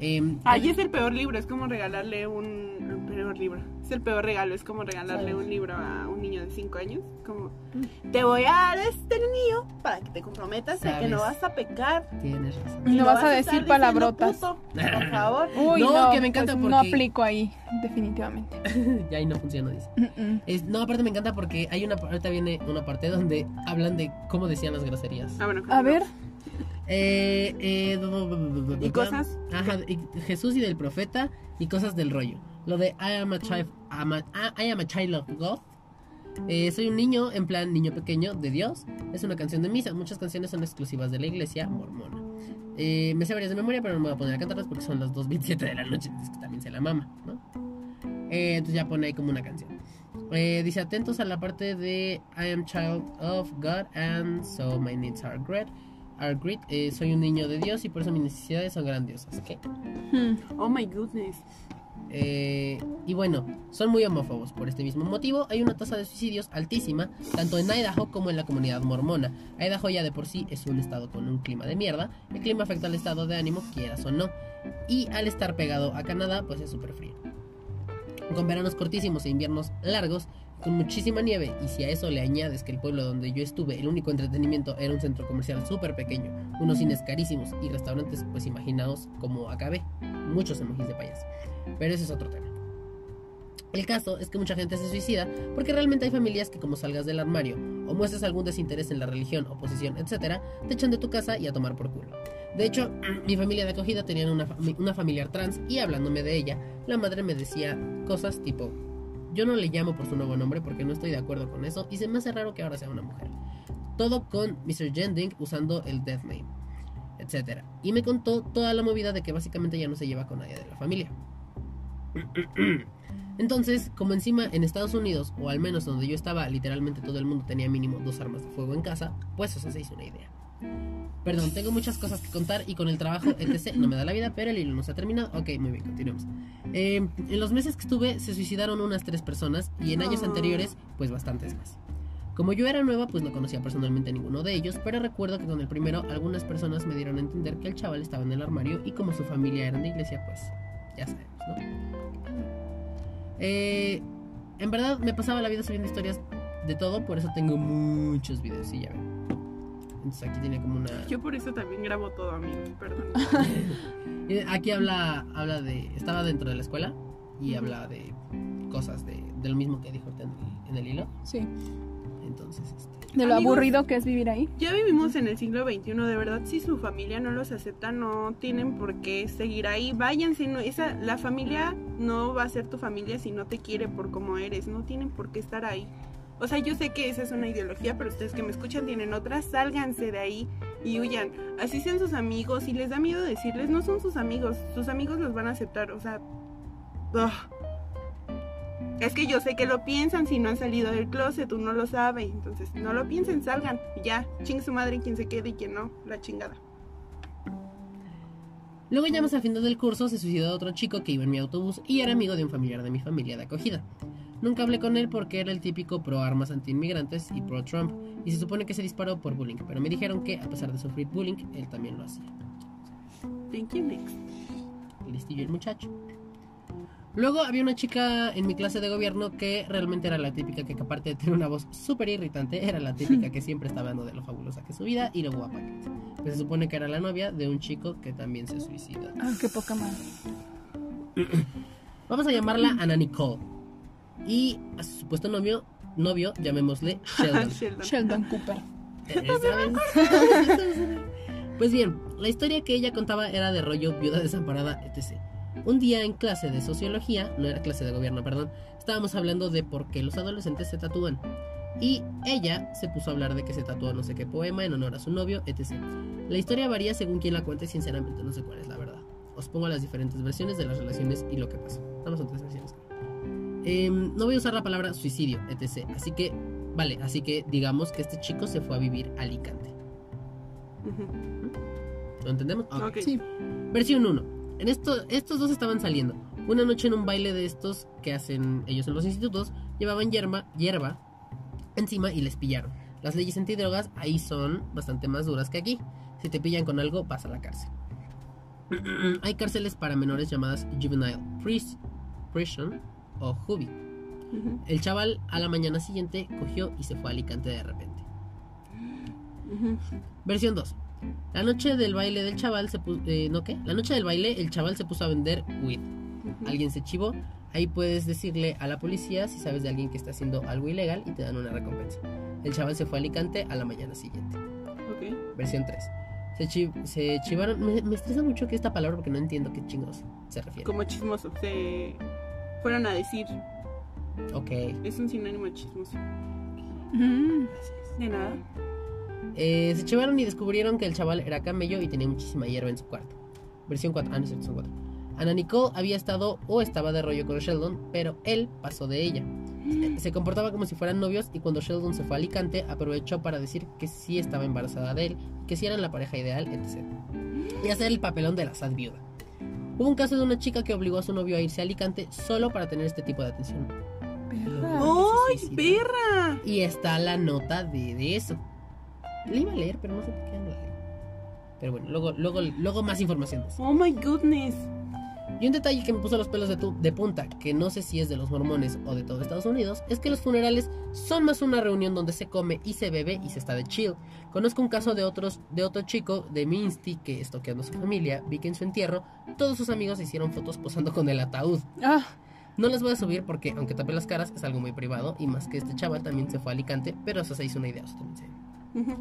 Em, Ay, Ah, es el peor libro, es como regalarle un. El peor libro. Es el peor regalo, es como regalarle ¿Sabes? un libro a un niño de 5 años. Como, Mm. te voy a dar este niño para que te comprometas a que no ¿Sabes? vas a pecar. tienes razón. [laughs] y No vas a estar decir diciendo palabrotas. puto, por favor. [laughs] Uy, No, no, que me encanta pues no porque- aplico ahí, definitivamente. ya ahí no funciona, dice. Mm, mm. Es- no, aparte me encanta porque hay una parte, ahorita viene una parte donde hablan de cómo decían las groserías. Ah, bueno, A ver, Eh, eh, bu- bu- bu- bu- bu- Y cosas- Ajá, y Jesús y del profeta y cosas del rollo. Lo de I am a child, I'm a- I- I am a child of God. Eh, soy un niño, en plan niño pequeño de Dios. Es una canción de misa. Muchas canciones son exclusivas de la iglesia mormona. Eh, me sé varias de memoria, pero no me voy a poner a cantarlas porque son las 2.27 de la noche. Es que también se la mama, ¿no? Eh, entonces ya pone ahí como una canción. Eh, dice atentos a la parte de I am child of God and so my needs are great. Are great. Eh, soy un niño de Dios y por eso mis necesidades son grandiosas. ¿Qué? Hmm, Oh my goodness. Eh, y bueno, son muy homófobos. Por este mismo motivo, hay una tasa de suicidios altísima, tanto en Idaho como en la comunidad mormona. Idaho ya de por sí es un estado con un clima de mierda. El clima afecta al estado de ánimo, quieras o no. Y al estar pegado a Canadá, pues es súper frío. Con veranos cortísimos e inviernos largos, con muchísima nieve. Y si a eso le añades que el pueblo donde yo estuve, el único entretenimiento era un centro comercial súper pequeño, unos cines carísimos y restaurantes, pues imaginaos cómo acabé. Muchos emojis de payaso. Pero ese es otro tema. El caso es que mucha gente se suicida porque realmente hay familias que como salgas del armario o muestras algún desinterés en la religión, oposición, etc., te echan de tu casa y a tomar por culo. De hecho, [clears throat] mi familia de acogida tenía una, fami- una familiar trans y hablándome de ella, la madre me decía cosas tipo, yo no le llamo por su nuevo nombre porque no estoy de acuerdo con eso y se me hace raro que ahora sea una mujer. Todo con Mr. Jending usando el death name, etc. Y me contó toda la movida de que básicamente ya no se lleva con nadie de la familia. [clears throat] Entonces, como encima en Estados Unidos, o al menos donde yo estaba, literalmente todo el mundo tenía mínimo dos armas de fuego en casa, pues eso se hizo una idea. Perdón, tengo muchas cosas que contar y con el trabajo, etc., no me da la vida, pero el hilo no se ha terminado. Ok, muy bien, continuemos. Eh, en los meses que estuve, se suicidaron unas tres personas y en años Ah. anteriores, pues bastantes más. Como yo era nueva, pues no conocía personalmente a ninguno de ellos, pero recuerdo que con el primero algunas personas me dieron a entender que el chaval estaba en el armario y como su familia eran de iglesia, pues ya sabemos, ¿no? Eh, en verdad, me pasaba la vida subiendo historias de todo, por eso tengo muchos videos, sí, ya ven. Entonces aquí tiene como una... [laughs] Yo por eso también grabo todo, amigos, perdón. [laughs] Eh, Aquí habla, habla de. Estaba dentro de la escuela y Ujú. habla de cosas de, de lo mismo que dijo ahorita en el, en el hilo. Sí. Entonces, este, De lo Amigos. aburrido que es vivir ahí. Ya vivimos en el siglo XXI, de verdad, si su familia no los acepta, no tienen por qué seguir ahí. Váyanse, no, esa, la familia no va a ser tu familia si no te quiere por como eres, no tienen por qué estar ahí. O sea, yo sé que esa es una ideología, pero ustedes que me escuchan tienen otra, sálganse de ahí y huyan. Así sean sus amigos, si les da miedo decirles, no son sus amigos, sus amigos los van a aceptar, o sea... ugh. Es que yo sé que lo piensan si no han salido del closet, uno lo sabe. Entonces, no lo piensen, salgan. y Ya, ching su madre quien se quede y quien no, la chingada. Luego ya más al final del curso se suicidó otro chico que iba en mi autobús y era amigo de un familiar de mi familia de acogida. Nunca hablé con él porque era el típico pro armas anti-inmigrantes y pro Trump y se supone que se disparó por bullying, pero me dijeron que a pesar de sufrir bullying, él también lo hacía. Thank you, next. listillo el muchacho. Luego había una chica en mi clase de gobierno que realmente era la típica que aparte de tener una voz súper irritante, era la típica que siempre estaba hablando de lo fabulosa que es su vida y lo guapa que es. Pues se supone que era la novia de un chico que también se suicida. Ah, qué poca madre. Vamos a llamarla Ana Nicole. Y a su supuesto novio, novio llamémosle Sheldon. Ah, Sheldon. Sheldon Cooper. Pues bien, la historia que ella contaba era de rollo viuda desamparada, etc. Un día en clase de sociología, no era clase de gobierno, perdón, estábamos hablando de por qué los adolescentes se tatúan. Y ella se puso a hablar de que se tatuó no sé qué poema en honor a su novio, etc. La historia varía según quien la cuente y sinceramente no sé cuál es la verdad. Os pongo las diferentes versiones de las relaciones y lo que pasó. Nada más son tres versiones. Em, no voy a usar la palabra suicidio, etc. Así que, vale, así que digamos que este chico se fue a vivir a Alicante. Ujú. ¿Lo entendemos? Ah, Ok. Sí. Versión 1. En esto, estos dos estaban saliendo. Una noche en un baile de estos que hacen ellos en los institutos, llevaban hierba, hierba encima y les pillaron. Las leyes antidrogas ahí son bastante más duras que aquí. Si te pillan con algo, vas a la cárcel. [clears throat] Hay cárceles para menores llamadas juvenile pris- prison o juvie. Ujú. El chaval a la mañana siguiente cogió y se fue a Alicante de repente. Ujú. Versión 2. La noche del baile del chaval se puso... ¿No qué? La noche del baile el chaval se puso a vender weed. Ujú. Alguien se chivó. Ahí puedes decirle a la policía si sabes de alguien que está haciendo algo ilegal y te dan una recompensa. El chaval se fue a Alicante a la mañana siguiente. Ok. Versión 3. Se, chi- se chivaron... Me, me estresa mucho que esta palabra porque no entiendo qué chingos se refiere. Como chismoso. Se fueron a decir. Ok. Es un sinónimo de chismoso. Mm. De nada. Eh, se llevaron y descubrieron que el chaval era camello y tenía muchísima hierba en su cuarto. Versión 4. Ah, no es cierto, son 4. Ana Nicole había estado o estaba de rollo con Sheldon, pero él pasó de ella. Eh, Se- Se comportaba como si fueran novios y cuando Sheldon se fue a Alicante aprovechó para decir que sí estaba embarazada de él, que sí eran la pareja ideal, etc. Y hacer el papelón de la sad viuda. Hubo un caso de una chica que obligó a su novio a irse a Alicante solo para tener este tipo de atención. Perra. Sí, ¡Ay, sí, sí. perra! Y está la nota de, de eso. La iba a leer, pero no sé por qué no la leí. Pero bueno, luego, luego, luego más información. de eso. Oh my goodness. Y un detalle que me puso los pelos de, tu- de punta, que no sé si es de los mormones o de todo Estados Unidos, es que los funerales son más una reunión donde se come y se bebe y se está de chill. Conozco un caso de, otros, de otro chico de mi insti que, estoqueando a su familia, vi que en su entierro todos sus amigos hicieron fotos posando con el ataúd. Ah, No las voy a subir porque, aunque tape las caras, es algo muy privado y más que este chaval también se fue a Alicante, pero eso se hizo una idea. Eso también se- Ujú.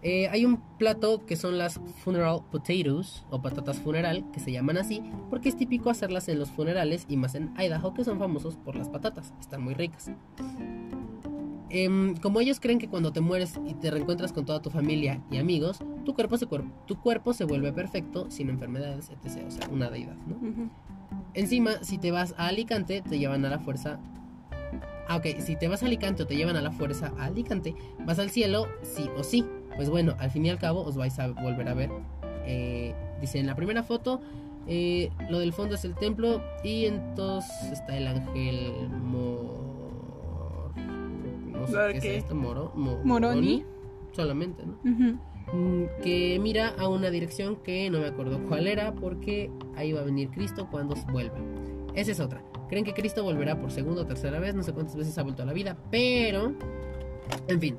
Eh, hay un plato que son las funeral potatoes o patatas funeral, que se llaman así porque es típico hacerlas en los funerales y más en Idaho, que son famosos por las patatas, están muy ricas. Em, como ellos creen que cuando te mueres y te reencuentras con toda tu familia y amigos, tu cuerpo se, cuer- tu cuerpo se vuelve perfecto, sin enfermedades, etc. O sea, una deidad, ¿no? Ujú. Encima, si te vas a Alicante, te llevan a la fuerza. Ah, ok, si te vas a Alicante o te llevan a la fuerza a Alicante, vas al cielo, sí o sí. Pues bueno, al fin y al cabo os vais a volver a ver. Eh, dice en la primera foto, eh, lo del fondo es el templo y entonces está el ángel Mor... No sé qué es Darke. esto, Moro. Mo- Moroni. Solamente, ¿no? ujú. Mm, que mira a una dirección que no me acuerdo cuál era porque ahí va a venir Cristo cuando se vuelva. Esa es otra. Creen que Cristo volverá por segunda o tercera vez, no sé cuántas veces ha vuelto a la vida, pero... En fin,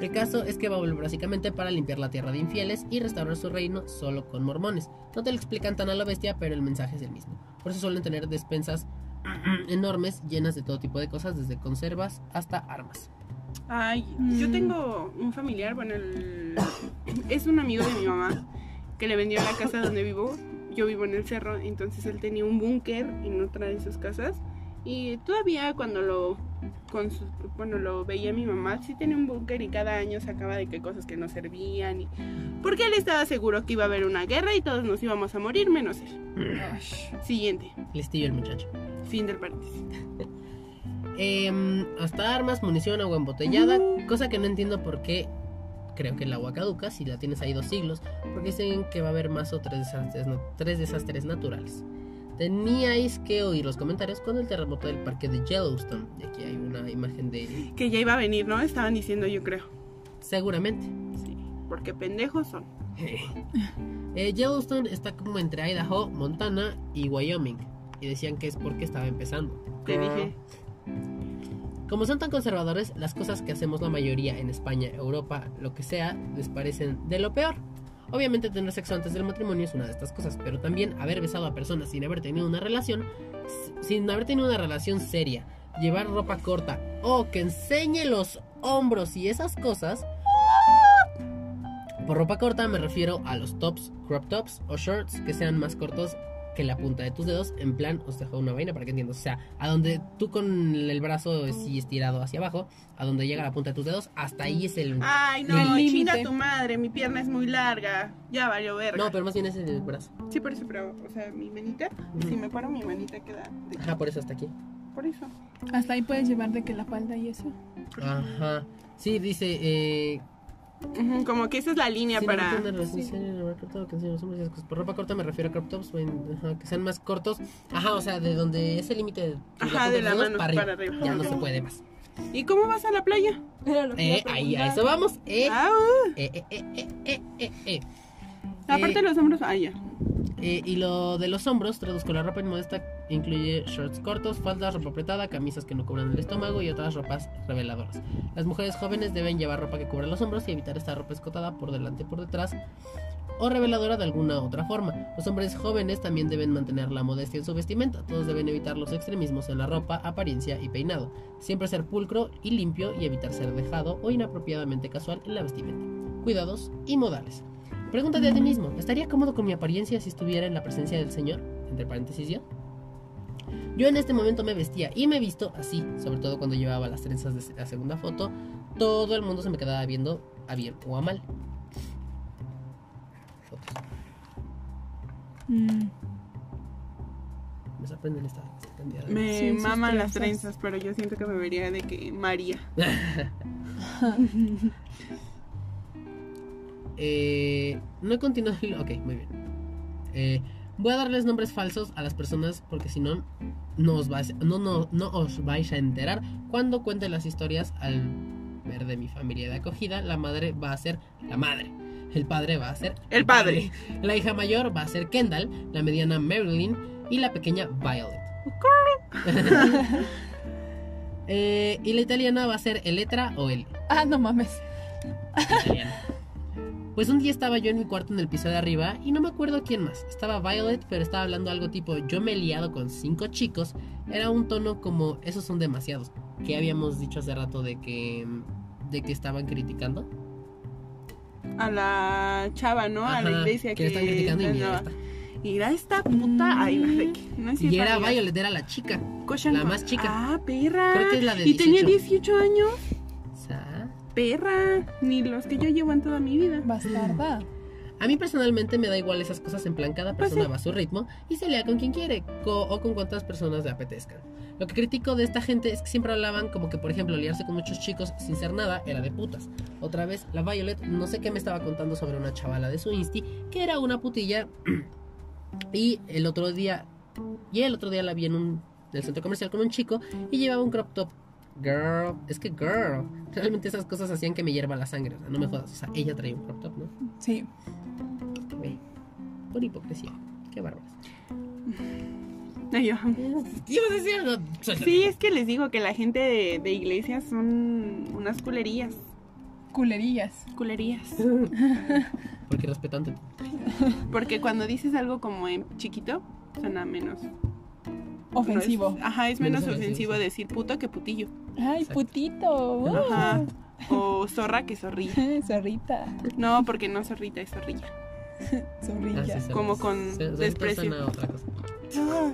el caso es que va a volver básicamente para limpiar la tierra de infieles y restaurar su reino solo con mormones. No te lo explican tan a la bestia, pero el mensaje es el mismo. Por eso suelen tener despensas [clears throat] enormes llenas de todo tipo de cosas, desde conservas hasta armas. Ay, Mm. yo tengo un familiar, bueno, el- [coughs] es un amigo de mi mamá que le vendió la casa donde vivo. Yo vivo en el cerro, entonces él tenía un búnker en otra de sus casas. Y todavía cuando lo, con su- cuando lo veía mi mamá, sí tenía un búnker y cada año sacaba de qué cosas que no servían. Y, porque él estaba seguro que iba a haber una guerra y todos nos íbamos a morir, menos él. Siguiente, Listillo el muchacho. fin del paréntesis. Em, hasta armas, munición, agua embotellada, cosa que no entiendo por qué creo que el agua caduca si la tienes ahí dos siglos, porque dicen que va a haber más o tres desastres, no- tres desastres naturales. Teníais que oír los comentarios cuando el terremoto del parque de Yellowstone. Y aquí hay una imagen de... Que ya iba a venir, ¿no? Estaban diciendo, yo creo. Seguramente. [laughs] Sí, porque pendejos son. Eh, Yellowstone está como entre Idaho, Montana y Wyoming. Y decían que es porque estaba empezando. Te dije. Como son tan conservadores, las cosas que hacemos la mayoría en España, Europa, lo que sea, les parecen de lo peor. Obviamente tener sexo antes del matrimonio es una de estas cosas, pero también haber besado a personas sin haber tenido una relación, s- sin haber tenido una relación seria, llevar ropa corta o que enseñe los hombros y esas cosas. Por ropa corta me refiero a los tops, crop tops o shorts que sean más cortos que la punta de tus dedos, en plan, os dejo una vaina para que entiendas. O sea, a donde tú con el brazo sí estirado hacia abajo, a donde llega la punta de tus dedos, hasta ahí es el. Ay, El no, límite. chinga tu madre, mi pierna es muy larga. Ya valió verga. No, pero más bien es el brazo. Sí, por eso, pero, o sea, mi manita, Ujú. si me paro, mi manita queda. de- Ajá, por eso hasta aquí. Por eso. Hasta ahí puedes llevar de que la falda y eso. Ajá. Sí, dice. Eh, Ujú, Como que esa es la línea sin para. haber tenido una relación seria, no haber cortado, que enseñe los hombres y esas cosas. Por ropa corta me refiero a crop tops, en- ajá, que sean más cortos. Ajá, o sea, de donde es el límite de Ajá, punta de tus la dedos mano para arriba. para arriba. Ya no Ajá. se puede más. ¿Y cómo vas a la playa? Eh, ahí, a eso vamos. Eh, Ah, eh, eh, eh, eh, eh, eh, eh. aparte Eh, los hombros. Ah, ya. Eh, y lo de los hombros, traduzco la ropa inmodesta, incluye shorts cortos, faldas, ropa apretada, camisas que no cubran el estómago y otras ropas reveladoras. Las mujeres jóvenes deben llevar ropa que cubra los hombros y evitar esta ropa escotada por delante y por detrás o reveladora de alguna otra forma. Los hombres jóvenes también deben mantener la modestia en su vestimenta. Todos deben evitar los extremismos en la ropa, apariencia y peinado. Siempre ser pulcro y limpio y evitar ser dejado o inapropiadamente casual en la vestimenta. Cuidados y modales. Pregúntate a ti mismo, ¿estaría cómodo con mi apariencia si estuviera en la presencia del Señor? Entre paréntesis yo. Yo en este momento me vestía y me he visto así, sobre todo cuando llevaba las trenzas de la segunda foto, todo el mundo se me quedaba viendo a bien o a mal. Fotos. Mm, Me sorprenden esta, esta cantidad de- Me Sí, sus maman las trenzas. trenzas, pero yo siento que me vería de que María. Eh, no he continuado. Ok, muy bien. Eh, voy a darles nombres falsos a las personas porque si no, no os vais, no, no, no os vais a enterar. Cuando cuente las historias al ver de mi familia de acogida, la madre va a ser la madre. El padre va a ser El padre. La hija mayor va a ser Kendall, la mediana Marilyn y la pequeña Violet. [laughs] Eh, y la italiana va a ser Eletra o Eli. Ah, no mames. Italiana. Pues un día estaba yo en mi cuarto en el piso de arriba y no me acuerdo quién más. Estaba Violet, pero estaba hablando algo tipo yo me he liado con cinco chicos. Era un tono como esos son demasiados. Que habíamos dicho hace rato de que de que estaban criticando. A la chava, ¿no? a Ah, la Ajá, iglesia que estaban criticando y mira, andaba. esta. Mira esta puta. Ay, no sé qué. No es Y cierto, era amiga. Violet, era la chica. Cochan la con- más chica. Ah, perra. Creo que es la de y tenía 18. 18 años. Sa- Perra. Ni los que yo llevo en toda mi vida. Bastarda. A mí personalmente me da igual esas cosas, en plan cada Pues persona sí. va a su ritmo y se lea con quien quiere co- o con cuantas personas le apetezcan. Lo que critico de esta gente es que siempre hablaban como que, por ejemplo, liarse con muchos chicos sin ser nada era de putas. Otra vez, la Violet no sé qué me estaba contando sobre una chavala de su insti que era una putilla [clears throat] y el otro día y el otro día la vi en un en el centro comercial con un chico y llevaba un crop top. Girl, es que girl, realmente esas cosas hacían que me hierva la sangre, o sea, no me jodas, o sea, ella traía un crop top, ¿no? Sí. Güey, Por hipocresía. Qué bárbaros. Ay, yo. Ibas a decir algo. Suéltalo. Sí, es que les digo que la gente de, de iglesias son unas culerías. Culerillas. Culerías. [laughs] Porque respetante. Porque cuando dices algo como en chiquito, suena menos. Ofensivo. no es- ajá, es menos Menos ofensivo, ofensivo sí. decir puto que putillo. Ay, Exacto. putito. uh, Ajá. O zorra que zorrilla. [laughs] Zorrita. No, porque no zorrita, es zorrilla. Ah, Zorrilla. sí, suena- Como con suena- desprecio. suena otra cosa. Ah,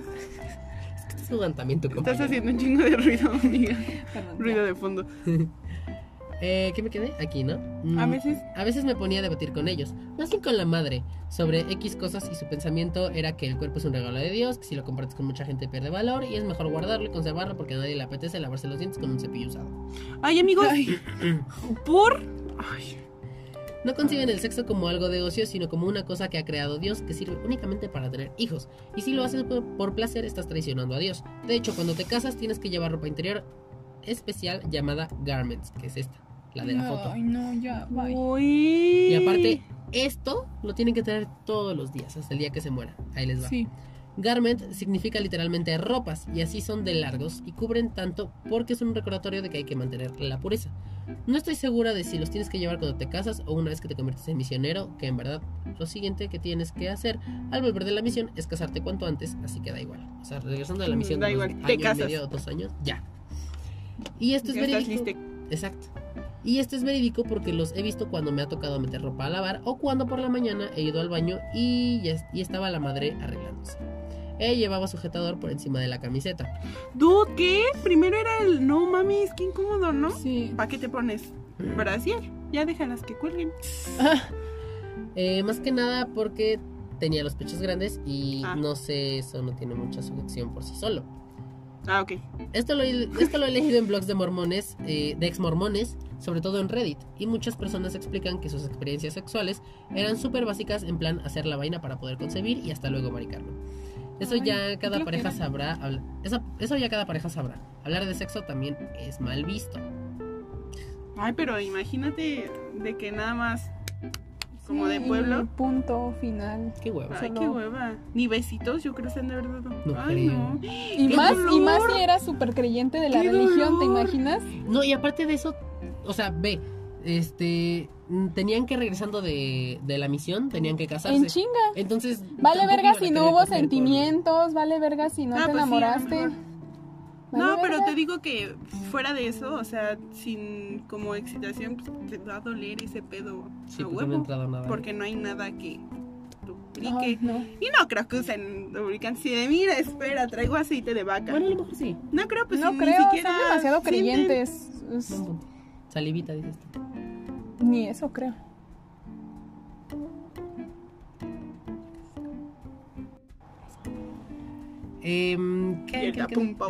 Es jugantamiento, Estás compañero. haciendo un chingo de ruido, amiga. perdón, ya. Ruido de fondo. Eh, ¿Qué me quedé? Aquí, ¿no? Mm, A veces a veces me ponía a debatir con ellos, más bien con la madre, sobre X cosas y su pensamiento era que el cuerpo es un regalo de Dios, que si lo compartes con mucha gente pierde valor y es mejor guardarlo y conservarlo porque a nadie le apetece lavarse los dientes con un cepillo usado. Ay, amigos. Por. Ay. No conciben el sexo como algo de ocio, sino como una cosa que ha creado Dios que sirve únicamente para tener hijos. Y si lo haces por, por placer, estás traicionando a Dios. De hecho, cuando te casas tienes que llevar ropa interior especial llamada garments, que es esta, la de la foto. Uh, Ay, no, ya, bye. Uy. Y aparte, esto lo tienen que tener todos los días, hasta el día que se muera. Ahí les va. Sí. Garment significa literalmente ropas y así son de largos y cubren tanto porque es un recordatorio de que hay que mantener la pureza. No estoy segura de si los tienes que llevar cuando te casas o una vez que te conviertes en misionero, que en verdad lo siguiente que tienes que hacer al volver de la misión es casarte cuanto antes, así que da igual. O sea, regresando de la misión Mm, Da de igual, unos te año y casas. medio o dos años, ya. Y esto es Ya estás verídico. lista. Exacto. Y esto es verídico porque los he visto cuando me ha tocado meter ropa a lavar o cuando por la mañana he ido al baño y, ya es- y estaba la madre arreglándose. Ella llevaba sujetador por encima de la camiseta. Dude, ¿qué? Primero era el no mames, qué incómodo, ¿no? Sí. ¿Para qué te pones? Brasier. Ya déjalas que cuelguen. Ah. Eh, más que nada porque tenía los pechos grandes y Ah. no sé, eso no tiene mucha sujeción por sí solo. Ah, ok. Esto lo, he- esto lo he leído en blogs de mormones, eh, de ex mormones, sobre todo en Reddit, y muchas personas explican que sus experiencias sexuales eran súper básicas en plan hacer la vaina para poder concebir y hasta luego maricarlo. Eso Ay, ya qué cada pareja flojera. sabrá, habla- esa- eso ya cada pareja sabrá. Hablar de sexo también es mal visto. Ay, pero imagínate de que nada más. Como Sí, de pueblo. y Punto final. Qué huevo. Ay, Solo- qué hueva. Ni besitos, yo creo que se han de verdad. No Ay, no. Y ¡Qué más, y dolor! más si era súper creyente de la ¡Qué religión, dolor! ¿te imaginas? No, y aparte de eso, o sea, ve, este, mm, tenían que regresando de, de la misión, tenían que casarse. En chinga. Entonces, Vale tampoco verga iban a si querer no hubo coger con- sentimientos, vale verga si no Ah, te pues sí, a lo enamoraste. mejor. Vale No, pero verga. te digo que fuera de eso, o sea, sin como excitación, pues, te va a doler ese pedo Sí, pues no he a Ah, huevo. entrado nada. Porque no hay nada que lubrique. Ay, no. Y no creo que usen lubricantes. Y de mira, espera, traigo aceite de vaca. Bueno, a lo mejor sí. no creo, pues no ni creo, siquiera. son demasiado sienten- creyentes. Es- Buen punto. Salivita, dices tú. Ni eso creo. Em, Y ¿qué- el qué- qué- pum, pum.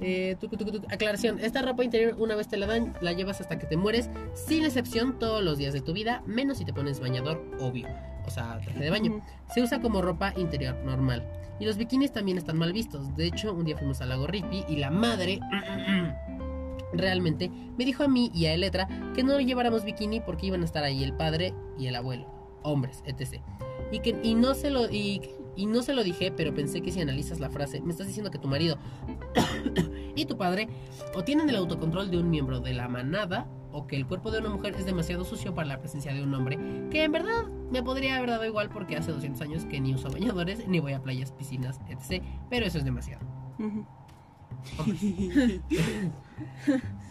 Eh, tucu, tucu, tucu. Aclaración, esta ropa interior una vez te la dan, la llevas hasta que te mueres, sin excepción todos los días de tu vida, menos si te pones bañador, obvio. O sea, traje de baño. Se usa como ropa interior normal. Y los bikinis también están mal vistos. De hecho, un día fuimos al lago Ripi y la madre... [clears throat] Realmente me dijo a mí y a Eletra que no lleváramos bikini porque iban a estar ahí el padre y el abuelo, hombres, etc. Y que y no se lo y, y no se lo dije, pero pensé que si analizas la frase, me estás diciendo que tu marido y tu padre o tienen el autocontrol de un miembro de la manada o que el cuerpo de una mujer es demasiado sucio para la presencia de un hombre, que en verdad me podría haber dado igual porque hace 200 años que ni uso bañadores, ni voy a playas, piscinas, etc. Pero eso es demasiado. Ujú.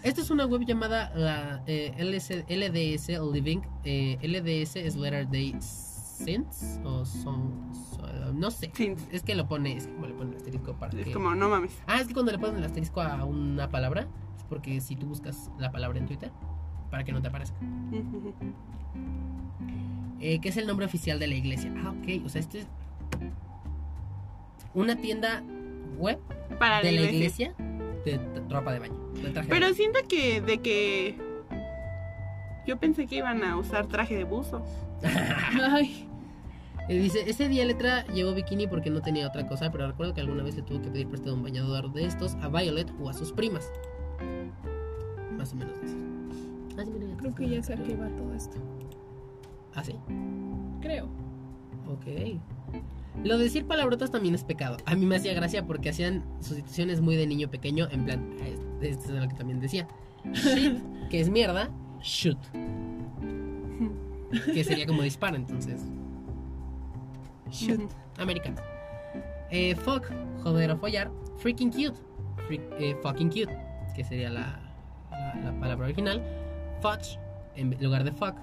Esta es una web llamada la, eh, LS LDS Living. eh, LDS es Letter Day Saints o son, son- no sé. Sí, Es que lo pone, es que como le ponen asterisco para es que- como, no mames. Ah, es que cuando le ponen el asterisco a una palabra es porque si tú buscas la palabra en Twitter para que no te aparezca. Ujú. eh, que es el nombre oficial de la iglesia. Ah, ok. O sea, este es una tienda web Para de la la iglesia. iglesia de t- ropa de baño. de traje de Pero baño. siento que de que yo pensé que iban a usar traje de buzo. Ay, Eh, dice, ese día letra llevó bikini porque no tenía otra cosa, pero recuerdo que alguna vez le tuvo que pedir prestado un bañador de estos a Violet o a sus primas. Más o menos eso. Ah, sí, mira, ya creo está. que ya sé a qué va todo esto. Ah, sí. Creo. Ok. Lo de decir palabrotas también es pecado. A mí me hacía gracia porque hacían sustituciones muy de niño pequeño, en plan, ah, es- esto es lo que también decía. Shit, [laughs] que es mierda, shoot. Que sería como dispara, entonces. Shoot, americano. Eh, fuck, joder o follar, freaking cute. Freak- eh, fucking cute, que sería la, la, la palabra original. Fudge, en lugar de fuck.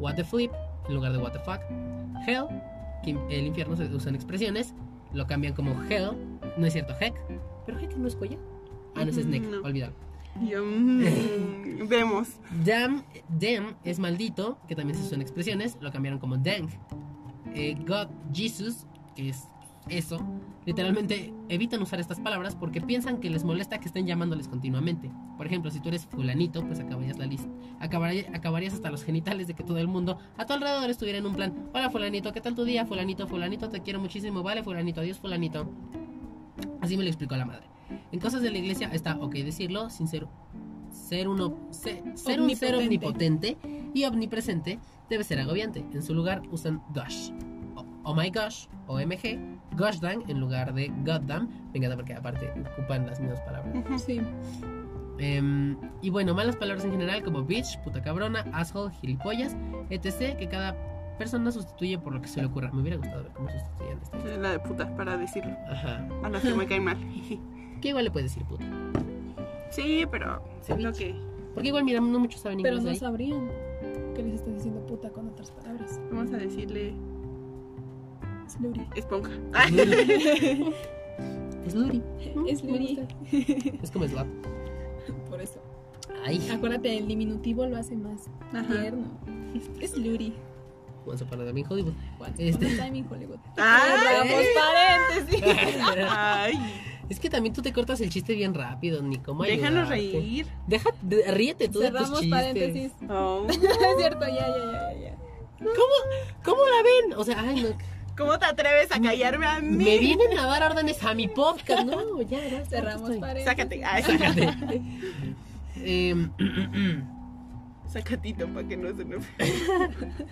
What the flip, en lugar de what the fuck. Hell, que el infierno se usan expresiones, lo cambian como hell, no es cierto, heck, pero heck no es cuello. Ah, no es Ujú, snake, no. olvídalo. Yo, mm, vemos. Damn, damn es maldito, que también se usan expresiones, lo cambiaron como dang. Eh, God, Jesus, que es eso, literalmente evitan usar estas palabras porque piensan que les molesta que estén llamándoles continuamente. Por ejemplo, si tú eres fulanito, pues acabarías la lista. acabaría- acabarías hasta los genitales de que todo el mundo a tu alrededor estuviera en un plan. Hola fulanito, ¿qué tal tu día? Fulanito, fulanito, te quiero muchísimo, vale fulanito, adiós fulanito. Así me lo explicó la madre. En cosas de la iglesia está ok decirlo sin ser, ser, uno, se- ser un ser omnipotente y omnipresente debe ser agobiante. En su lugar usan gosh. O- Oh my gosh, OMG, gosh dang en lugar de goddamn. Me encanta porque aparte ocupan las mismas palabras. Sí. Em, y bueno, malas palabras en general como bitch, puta cabrona, asshole, gilipollas, etc. que cada persona sustituye por lo que se le ocurra. Me hubiera gustado ver cómo sustituían esta. La de puta, para decirlo. Ajá. A las que me caen mal. [laughs] Que igual le puedes decir puta. Sí, pero es lo que. Porque igual, mira, no muchos saben Pero inglés no ahí. sabrían que les estás diciendo puta con otras palabras. Vamos a decirle Es Luri. esponja. [laughs] [laughs] Es Luri. Es Me Luri. gusta. Es como Slap. Por eso. Ay, Acuérdate, el diminutivo lo hace más Ajá. tierno. Es Luri. Once Upon a Time in Hollywood. Este. Este- Time in Hollywood. ¡Ay! paréntesis. [laughs] Ay. Es que también tú te cortas el chiste bien rápido, ni cómo Déjanos ayudarte. reír. Deja, de- ríete tú de tus Cerramos chistes. paréntesis. [laughs] Oh. es cierto, ya, ya, ya, ya, ya. ¿Cómo la ven? O sea, ay, [laughs] no. ¿Cómo te atreves a callarme a mí? Me vienen a dar órdenes a mi podcast. No, ya, ya. Cerramos paréntesis. Sácate. ah, [laughs] Ay, Sácate. [laughs] Em, [clears throat] Sacatito para que no se me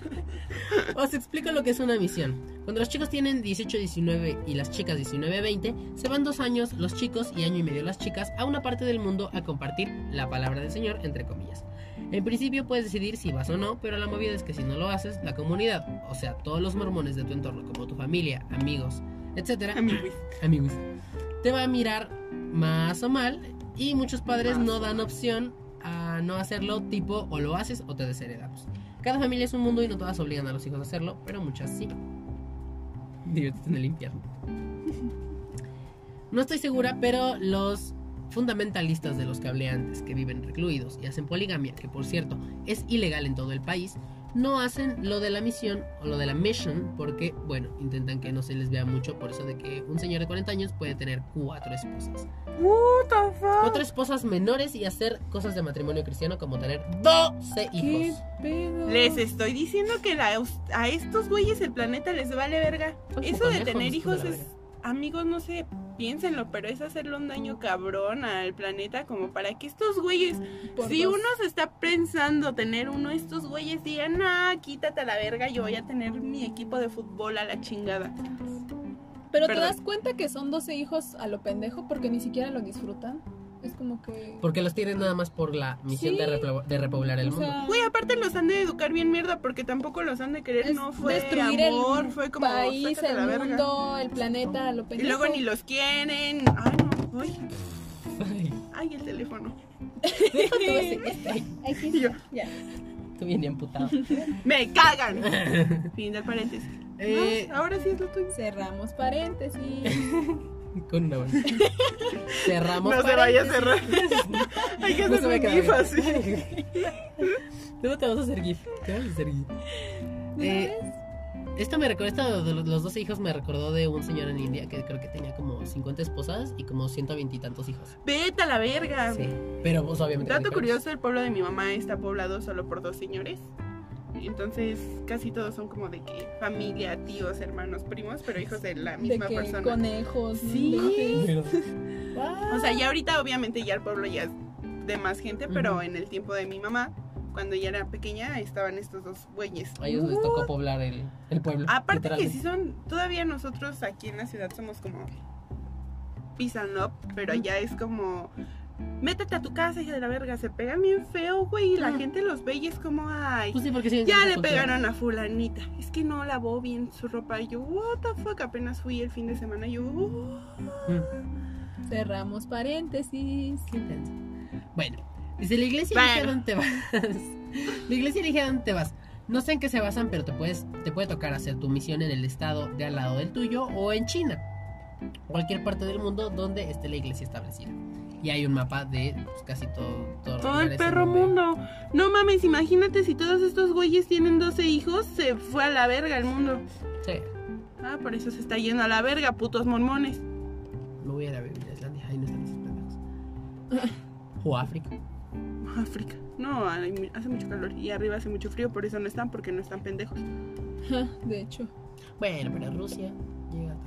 [laughs] Os explico lo que es una misión. Cuando los chicos tienen 18, 19 y las chicas 19, 20, se van dos años los chicos y año y medio las chicas a una parte del mundo a compartir la palabra del Señor, entre comillas. En principio puedes decidir si vas o no, pero la movida es que si no lo haces, la comunidad, o sea, todos los mormones de tu entorno, como tu familia, amigos, etcétera, Amigos. amigos, te va a mirar más o mal y muchos padres Más no o dan opción a no hacerlo tipo o lo haces o te desheredamos. Cada familia es un mundo y no todas obligan a los hijos a hacerlo, pero muchas sí. Diviértete en el infierno. No estoy segura, pero los fundamentalistas de los que hablé antes, que viven recluidos y hacen poligamia, que por cierto es ilegal en todo el país, no hacen lo de la misión o lo de la mission porque, bueno, intentan que no se les vea mucho por eso de que un señor de 40 años puede tener cuatro esposas. What the fuck? Cuatro esposas menores y hacer cosas de matrimonio cristiano como tener 12 ¿Qué hijos. pedo? Les estoy diciendo que la aus- a estos güeyes el planeta les vale verga. Ay, Eso de pendejos, tener hijos de hijos la es, amigos, no sé, piénsenlo, pero es hacerle un daño cabrón al planeta como para que estos güeyes, Por si dos. uno se está pensando tener uno, estos güeyes digan, ah, quítate a la verga, yo voy a tener mi equipo de fútbol a la chingada. Pero Perdón. te das cuenta que son 12 hijos a lo pendejo porque ni siquiera lo disfrutan. Es como que. Porque los tienen nada más por la misión Sí. de, repobl- de repoblar el o mundo. sea, Güey, aparte los han de educar bien mierda porque tampoco los han de querer, es no fue destruir amor, el fue como país, "Sácate a la el verga". mundo, el planeta, a lo Y pendejo. luego [laughs] ni los quieren. Ay, no, ay, [laughs] Ay, ay, el teléfono. deja tú [laughs] ese- este- ay, Aquí Y yo, ya. tú bien [laughs] amputado. ¡Me cagan! [laughs] fin del paréntesis. Eh, Ah, ahora sí es lo tuyo. [laughs] Cerramos Eh, paréntesis. con una [laughs] bolsa. Cerramos. No se vaya a cerrar. Hay [laughs] que No se va a hacer quedar un gif bien. así. [laughs] Luego te vas a hacer GIF. Te vas a hacer GIF. Eh, esto me recuerda, esto de los los 12 hijos me recordó de un señor en India que creo que tenía como 50 esposas y como 120 y tantos hijos. Vete a la verga. Sí. Pero pues, obviamente. Ah, Dato radicales. curioso, el pueblo de mi mamá está poblado solo por dos señores. Entonces, casi todos son como de que familia, tíos, hermanos, primos, pero hijos de la de misma que persona. conejos. ¿no? Sí. De- "Ah, Pero- O sea, ya ahorita obviamente ya el pueblo ya es de más gente, pero en el tiempo de mi mamá cuando ya era pequeña estaban estos dos bueyes. A ellos les tocó poblar el, el pueblo. Uh. Aparte que literalmente. sí son, todavía nosotros aquí en la ciudad somos como peace and love, pero allá es como métete a tu casa, hija de la verga, se pegan bien feo, güey, y la Mm. gente los ve y es como, ay, Pues sí, porque sí, ya esa le cultura. pegaron a fulanita, es que no lavó bien su ropa, y yo, what the fuck, apenas fui el fin de semana, y yo, "Uh". Mm. Cerramos [laughs] paréntesis. Qué intenso. Bueno, dice la iglesia Bueno. elige a dónde vas. [laughs] La iglesia elige a dónde vas. No sé en qué se basan, pero te puedes te puede tocar hacer tu misión en el estado de al lado del tuyo o en China. Cualquier parte del mundo donde esté la iglesia establecida. Y hay un mapa de pues, casi todo todos los todo el lugares en perro donde- mundo, no mames, imagínate si todos estos güeyes tienen 12 hijos, se fue a la verga el mundo, Sí. ah, por eso se está yendo a la verga, putos mormones, Me voy a ir a vivir a Islandia. Ahí no están esos [laughs] pendejos. O África. África. No, hay- hace mucho calor y arriba hace mucho frío, por eso no están, porque no están pendejos. De hecho. Bueno, pero Rusia llega hasta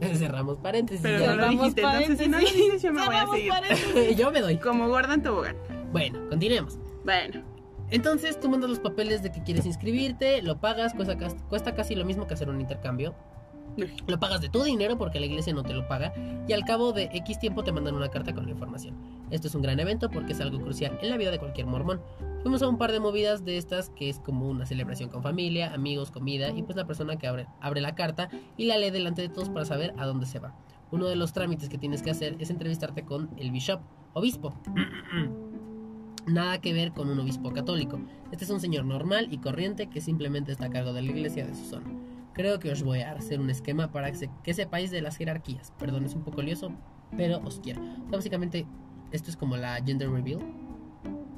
acá. Cerramos paréntesis. Pero ya. [laughs] no lo Cerramos dijiste, entonces si no lo paréntesis. dices yo me voy a Cerramos seguir. paréntesis. [laughs] Yo me doy. Como guardan tobogán. Bueno, continuemos. Bueno, Entonces tú mandas los papeles de que quieres inscribirte, lo pagas, cuesta, cas- cuesta casi lo mismo que hacer un intercambio. Lo pagas de tu dinero porque la iglesia no te lo paga y al cabo de X tiempo te mandan una carta con la información. Esto es un gran evento porque es algo crucial en la vida de cualquier mormón. Fuimos a un par de movidas de estas que es como una celebración con familia, amigos, comida y pues la persona que abre, abre la carta y la lee delante de todos para saber a dónde se va. Uno de los trámites que tienes que hacer es entrevistarte con el bishop, obispo. Nada que ver con un obispo católico. Este es un señor normal y corriente que simplemente está a cargo de la iglesia de su zona. Creo que os voy a hacer un esquema para que, se- que sepáis de las jerarquías. Perdón, es un poco lioso, pero os quiero. O sea, básicamente, esto es como la gender reveal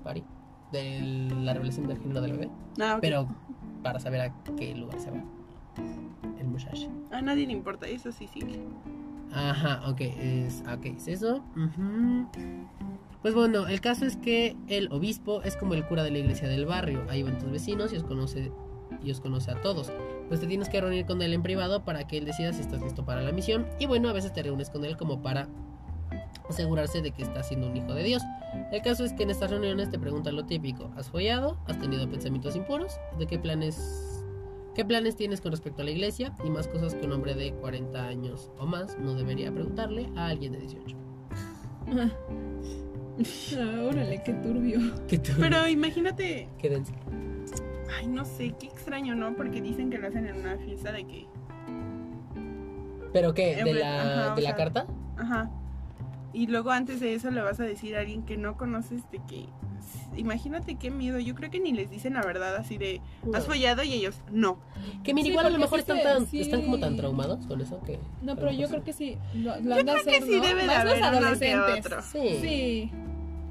party de la revelación del género del bebé, ah, ok. pero para saber a qué lugar se va el muchacho. a nadie le importa, eso sí, sí. Ajá, ok, es, ok, es eso. ujú. Pues bueno, el caso es que el obispo es como el cura de la iglesia del barrio. Ahí van tus vecinos y os conoce, y os conoce a todos. Pues te tienes que reunir con él en privado para que él decida si estás listo para la misión. Y bueno, a veces te reúnes con él como para asegurarse de que estás siendo un hijo de Dios. El caso es que en estas reuniones te preguntan lo típico. ¿Has follado? ¿Has tenido pensamientos impuros? ¿De qué planes ¿Qué planes tienes con respecto a la iglesia? Y más cosas que un hombre de 40 años o más no debería preguntarle a alguien de 18. Ah, órale, qué turbio. Que tú- [laughs] Pero imagínate, Qué denso. ay, no sé, qué extraño, ¿no? Porque dicen que lo hacen en una fiesta de que, ¿Pero qué? Eh, ¿De pues, la, ajá, o de la sea. ah, carta? ajá. Y luego antes de eso le vas a decir a alguien que no conoces de que, imagínate qué miedo. Yo creo que ni les dicen la verdad así de, ¿has follado? Y ellos, no. Que mira, Sí, igual a lo porque mejor sí están, se- tan, sí. están como tan traumados con eso que... No, pero yo creo que sí. Lo, lo han de creo que hacer, sí ¿no? debe de Más los haber uno que adolescentes. otro. Sí. Sí.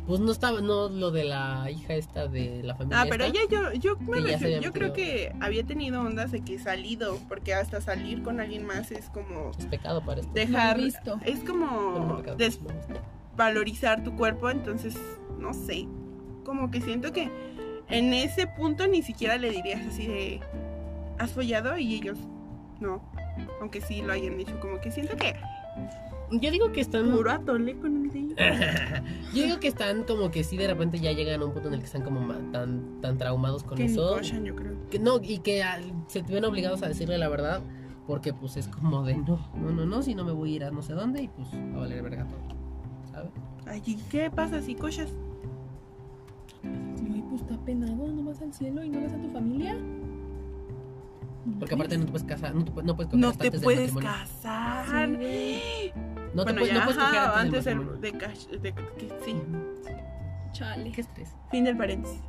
Pues no estaba, no lo de la hija esta de la familia. Ah, pero esta. ella yo, yo Que ya me se refiero- habían yo peleado. creo que había tenido ondas de que salido, porque hasta salir con alguien más es como Es pecado para esto. dejar, Mal visto. es Bueno, no como pecado, no, este. desvalorizar tu cuerpo, entonces no sé, como que siento que en ese punto ni siquiera le dirías así de, ¿has follado? Y ellos, no, aunque sí lo hayan hecho, como que siento que Yo digo que están... puro atole con el dedo. Yo digo que están como que sí de repente ya llegan a un punto en el que están como ma- tan, tan traumados con Que ni eso. cochan, yo creo. que no y que al- se te ven obligados a decirle la verdad porque pues es como de no no no no si no me voy a ir a no sé dónde y pues a valer verga todo ¿sabes? Ay, ¿y ¿qué pasa si cochas? Ay, pues está penado, no vas al cielo y no vas a tu familia. porque aparte no te puedes casar no, te pu- no puedes coger No hasta te antes del puedes matrimonio. casar. no te bueno, puedes, ya, no puedes ajá, coger antes, antes del del- matrimonio. de, cash- de- que- sí. Chale. qué estrés Fin del paréntesis.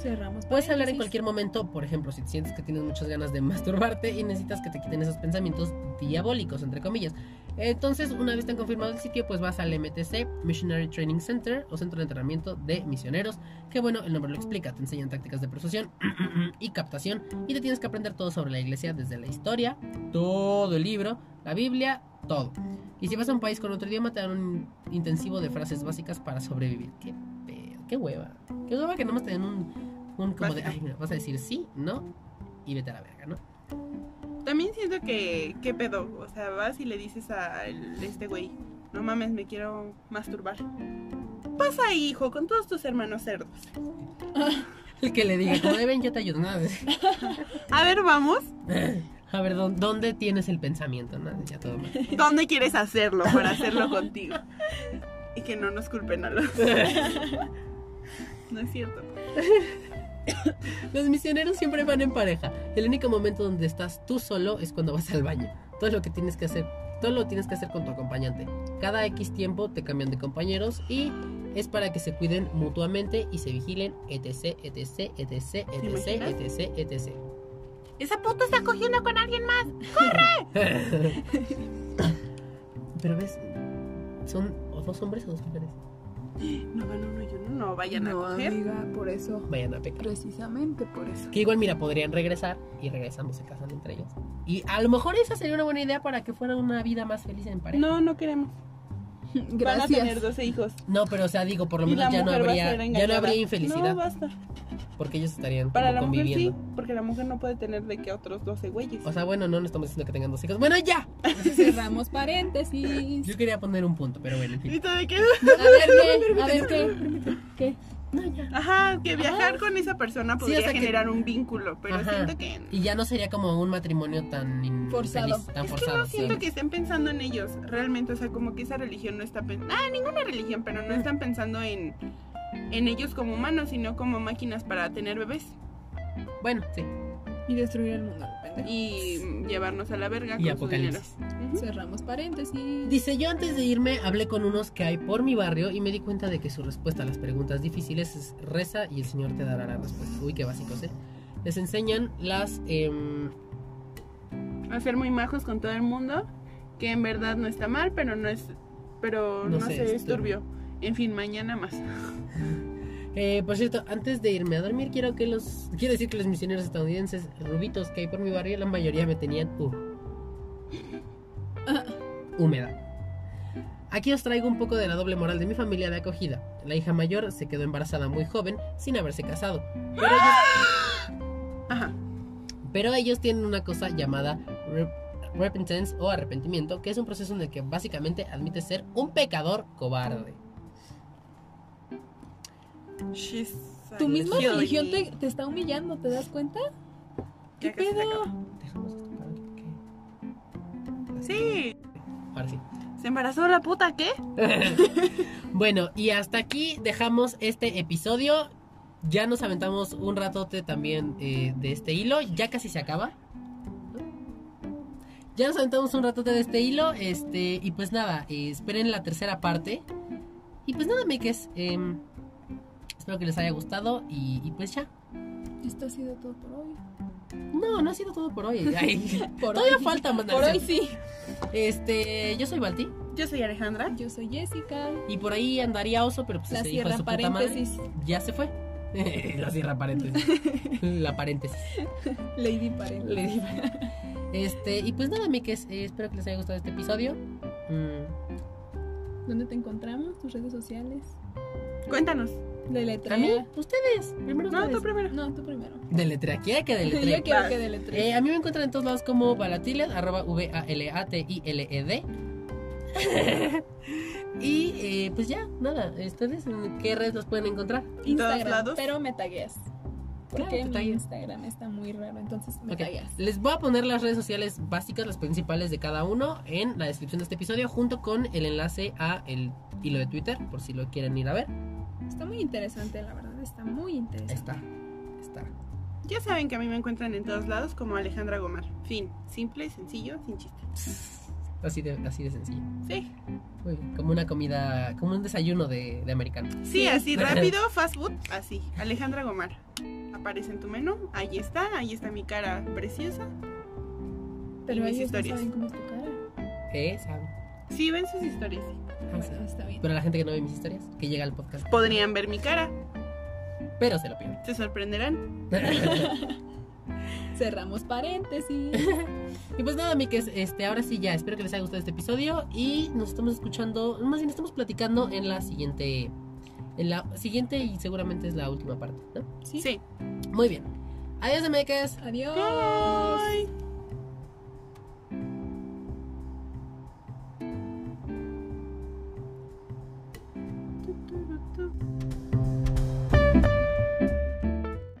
Cerramos. Puedes hablar paréntesis. en cualquier momento, por ejemplo, si sientes que tienes muchas ganas de [laughs] masturbarte y necesitas que te quiten esos pensamientos diabólicos, entre comillas. Entonces, una vez tan confirmado el sitio, pues vas al MTC, Missionary Training Center, o Centro de Entrenamiento de Misioneros, que bueno, el nombre lo explica, te enseñan tácticas de persuasión [clears throat] y captación, y te tienes que aprender todo sobre la iglesia, desde la historia, todo el libro, la Biblia, todo. Y si vas a un país con otro idioma, te dan un intensivo de frases básicas para sobrevivir. Qué pedo, qué hueva. Qué hueva que nomás te den un un como de, ay, Básico. mira, vas a decir sí, no, y vete a la verga, ¿no? [laughs] También siento que, ¿qué pedo? O sea, vas y le dices a el- este güey, no mames, me quiero masturbar. pasa ahí, hijo, con todos tus hermanos cerdos? El que le diga, como de, ven, yo te ayudo. ¿no? A ver, vamos. [laughs] A ver, ¿dó- ¿dónde tienes el pensamiento? No, ya todo mal. ¿Dónde quieres hacerlo para hacerlo contigo? Y que no nos culpen a los. No es cierto. Los misioneros siempre van en pareja. El único momento donde estás tú solo es cuando vas al baño. Todo lo que tienes que hacer, todo lo tienes que hacer con tu acompañante. Cada X tiempo te cambian de compañeros y es para que se cuiden mutuamente y se vigilen, etc, etc, etc, etc, imaginas? etc, etc. Esa puta está cogiendo con alguien más. Pero ves, son o dos hombres o dos mujeres. No van uno y uno, no vayan no, a coger. amiga, por eso. Vayan a pecar. Precisamente por eso. Que igual, mira, podrían regresar y regresando se casan entre ellos. Y a lo mejor esa sería una buena idea para que fuera una vida más feliz en pareja. No, no queremos. [laughs] Van a tener Gracias. 12 hijos. No, pero o sea, digo, por lo Y la menos ya no mujer va a habría ser ya engañada. no habría infelicidad, No, basta. porque ellos estarían Para como la mujer sí, conviviendo. porque la mujer no puede tener de que otros 12 güeyes. O sea, bueno, no, no estamos diciendo que tengan dos hijos. Bueno, ya. Cerramos paréntesis. Yo quería poner un punto, pero bueno, en fin. de qué? A ver qué, a ver qué. Ajá, que viajar con esa persona podría sea que- generar un vínculo, pero Ajá. siento que Y ya no sería como un matrimonio tan in- Forzado. infeliz, tan Es que forzado. no siento sí. que estén pensando en ellos, realmente, o sea, como que esa religión no está pensando, ah, ninguna religión, pero no están pensando en, en ellos como humanos, sino como máquinas para tener bebés Bueno, sí. Y destruir el mundo. pendejo. y mm, llevarnos a la verga Y con su dinero. apocalipsis. Ujú. Cerramos paréntesis. Dice, yo antes de irme hablé con unos que hay por mi barrio y me di cuenta de que su respuesta a las preguntas difíciles es reza y el Señor te dará la respuesta. Uy, qué básicos, ¿eh? Les enseñan las... em, A ser muy majos con todo el mundo, que en verdad no está mal, pero no es, pero No no, sé, se es es turbio. En fin, mañana más. Eh, por cierto, antes de irme a dormir, quiero que los. Quiero decir que los misioneros estadounidenses rubitos que hay por mi barrio, la mayoría me tenían. Uh, húmeda. Aquí os traigo un poco de la doble moral de mi familia de acogida. La hija mayor se quedó embarazada muy joven, sin haberse casado. Pero ellos, Ajá. pero ellos tienen una cosa llamada rep- repentance o arrepentimiento, que es un proceso en el que básicamente admites ser un pecador cobarde. Tu misma religión te, te está humillando, ¿te das cuenta? ¿Qué pedo? Dejamos esto para aquí, porque- Sí. Ahora sí. ¿Se embarazó la puta qué? Bueno, y hasta aquí dejamos este episodio. Ya nos aventamos un ratote también eh, de este hilo. Ya casi se acaba. Ya nos aventamos un ratote de este hilo. Este, y pues nada, eh, esperen la tercera parte. Y pues nada, meques. em, espero que les haya gustado. Y, y pues ya. Esto ha sido todo por hoy. Ah. No, no ha sido todo [laughs] por hoy. Ay, Por todavía hoy. falta mandar. Por hoy sí. Este, yo soy Balti. Yo soy Alejandra. Yo soy Jessica. Y por ahí andaría oso, pero pues La ese hijo de cierra su puta madre. paréntesis. Ya se fue. [laughs] La cierra paréntesis. La paréntesis. Lady paréntesis. Le di- Este, y pues nada, Mikes, eh, espero que les haya gustado este episodio. Mm, ¿Dónde te encontramos? ¿Tus redes sociales? Cuéntanos. De ¿A mí? letra. ¿Ustedes? Primero No, tú ustedes. primero. No, tú primero. Deletrea, aquí hay [laughs] que Yo [laughs] deletrear. quiero que de letra. Eh, a mí me encuentran en todos lados como Balatiled, arroba V-A-L-A-T-I-L-E-D. E [laughs] y eh, pues ya, nada, ¿ustedes en qué redes los pueden encontrar? en todos lados. pero me tagueas. Claro, Porque te mi tagueo. Instagram está muy raro, entonces me Ok, tagueas. Les voy a poner las redes sociales básicas, las principales de cada uno, en la descripción de este episodio, junto con el enlace a el hilo de Twitter, por si lo quieren ir a ver. Está muy interesante, la verdad, está muy interesante. Está, está. Ya saben que a mí me encuentran en todos lados como Alejandra Gomar. Fin. Simple, sencillo, sin chiste. Así de, así de sencillo. Sí. Muy bien, Como una comida, como un desayuno de, de americano. Sí, así rápido, fast food, así. Alejandra Gomar. Aparece en tu menú. Ahí está. Ahí está mi cara preciosa. Pero mis ellos historias. no saben cómo es tu cara. Eh, saben. Sí, ven sus historias. sí. Ah, sí. Bueno, está bien. Pero la gente que no ve mis historias, que llega al podcast, Podrían ver mi cara. pero se lo pierden. Se sorprenderán. Cerramos [laughs] paréntesis. [laughs] y pues nada, Mikes, este, ahora sí ya, espero que les haya gustado este episodio y nos estamos escuchando, más bien estamos platicando en la siguiente, en la siguiente y seguramente es la última parte, ¿no? Sí. Sí. Muy bien. Adiós, Mikes. Adiós. Bye.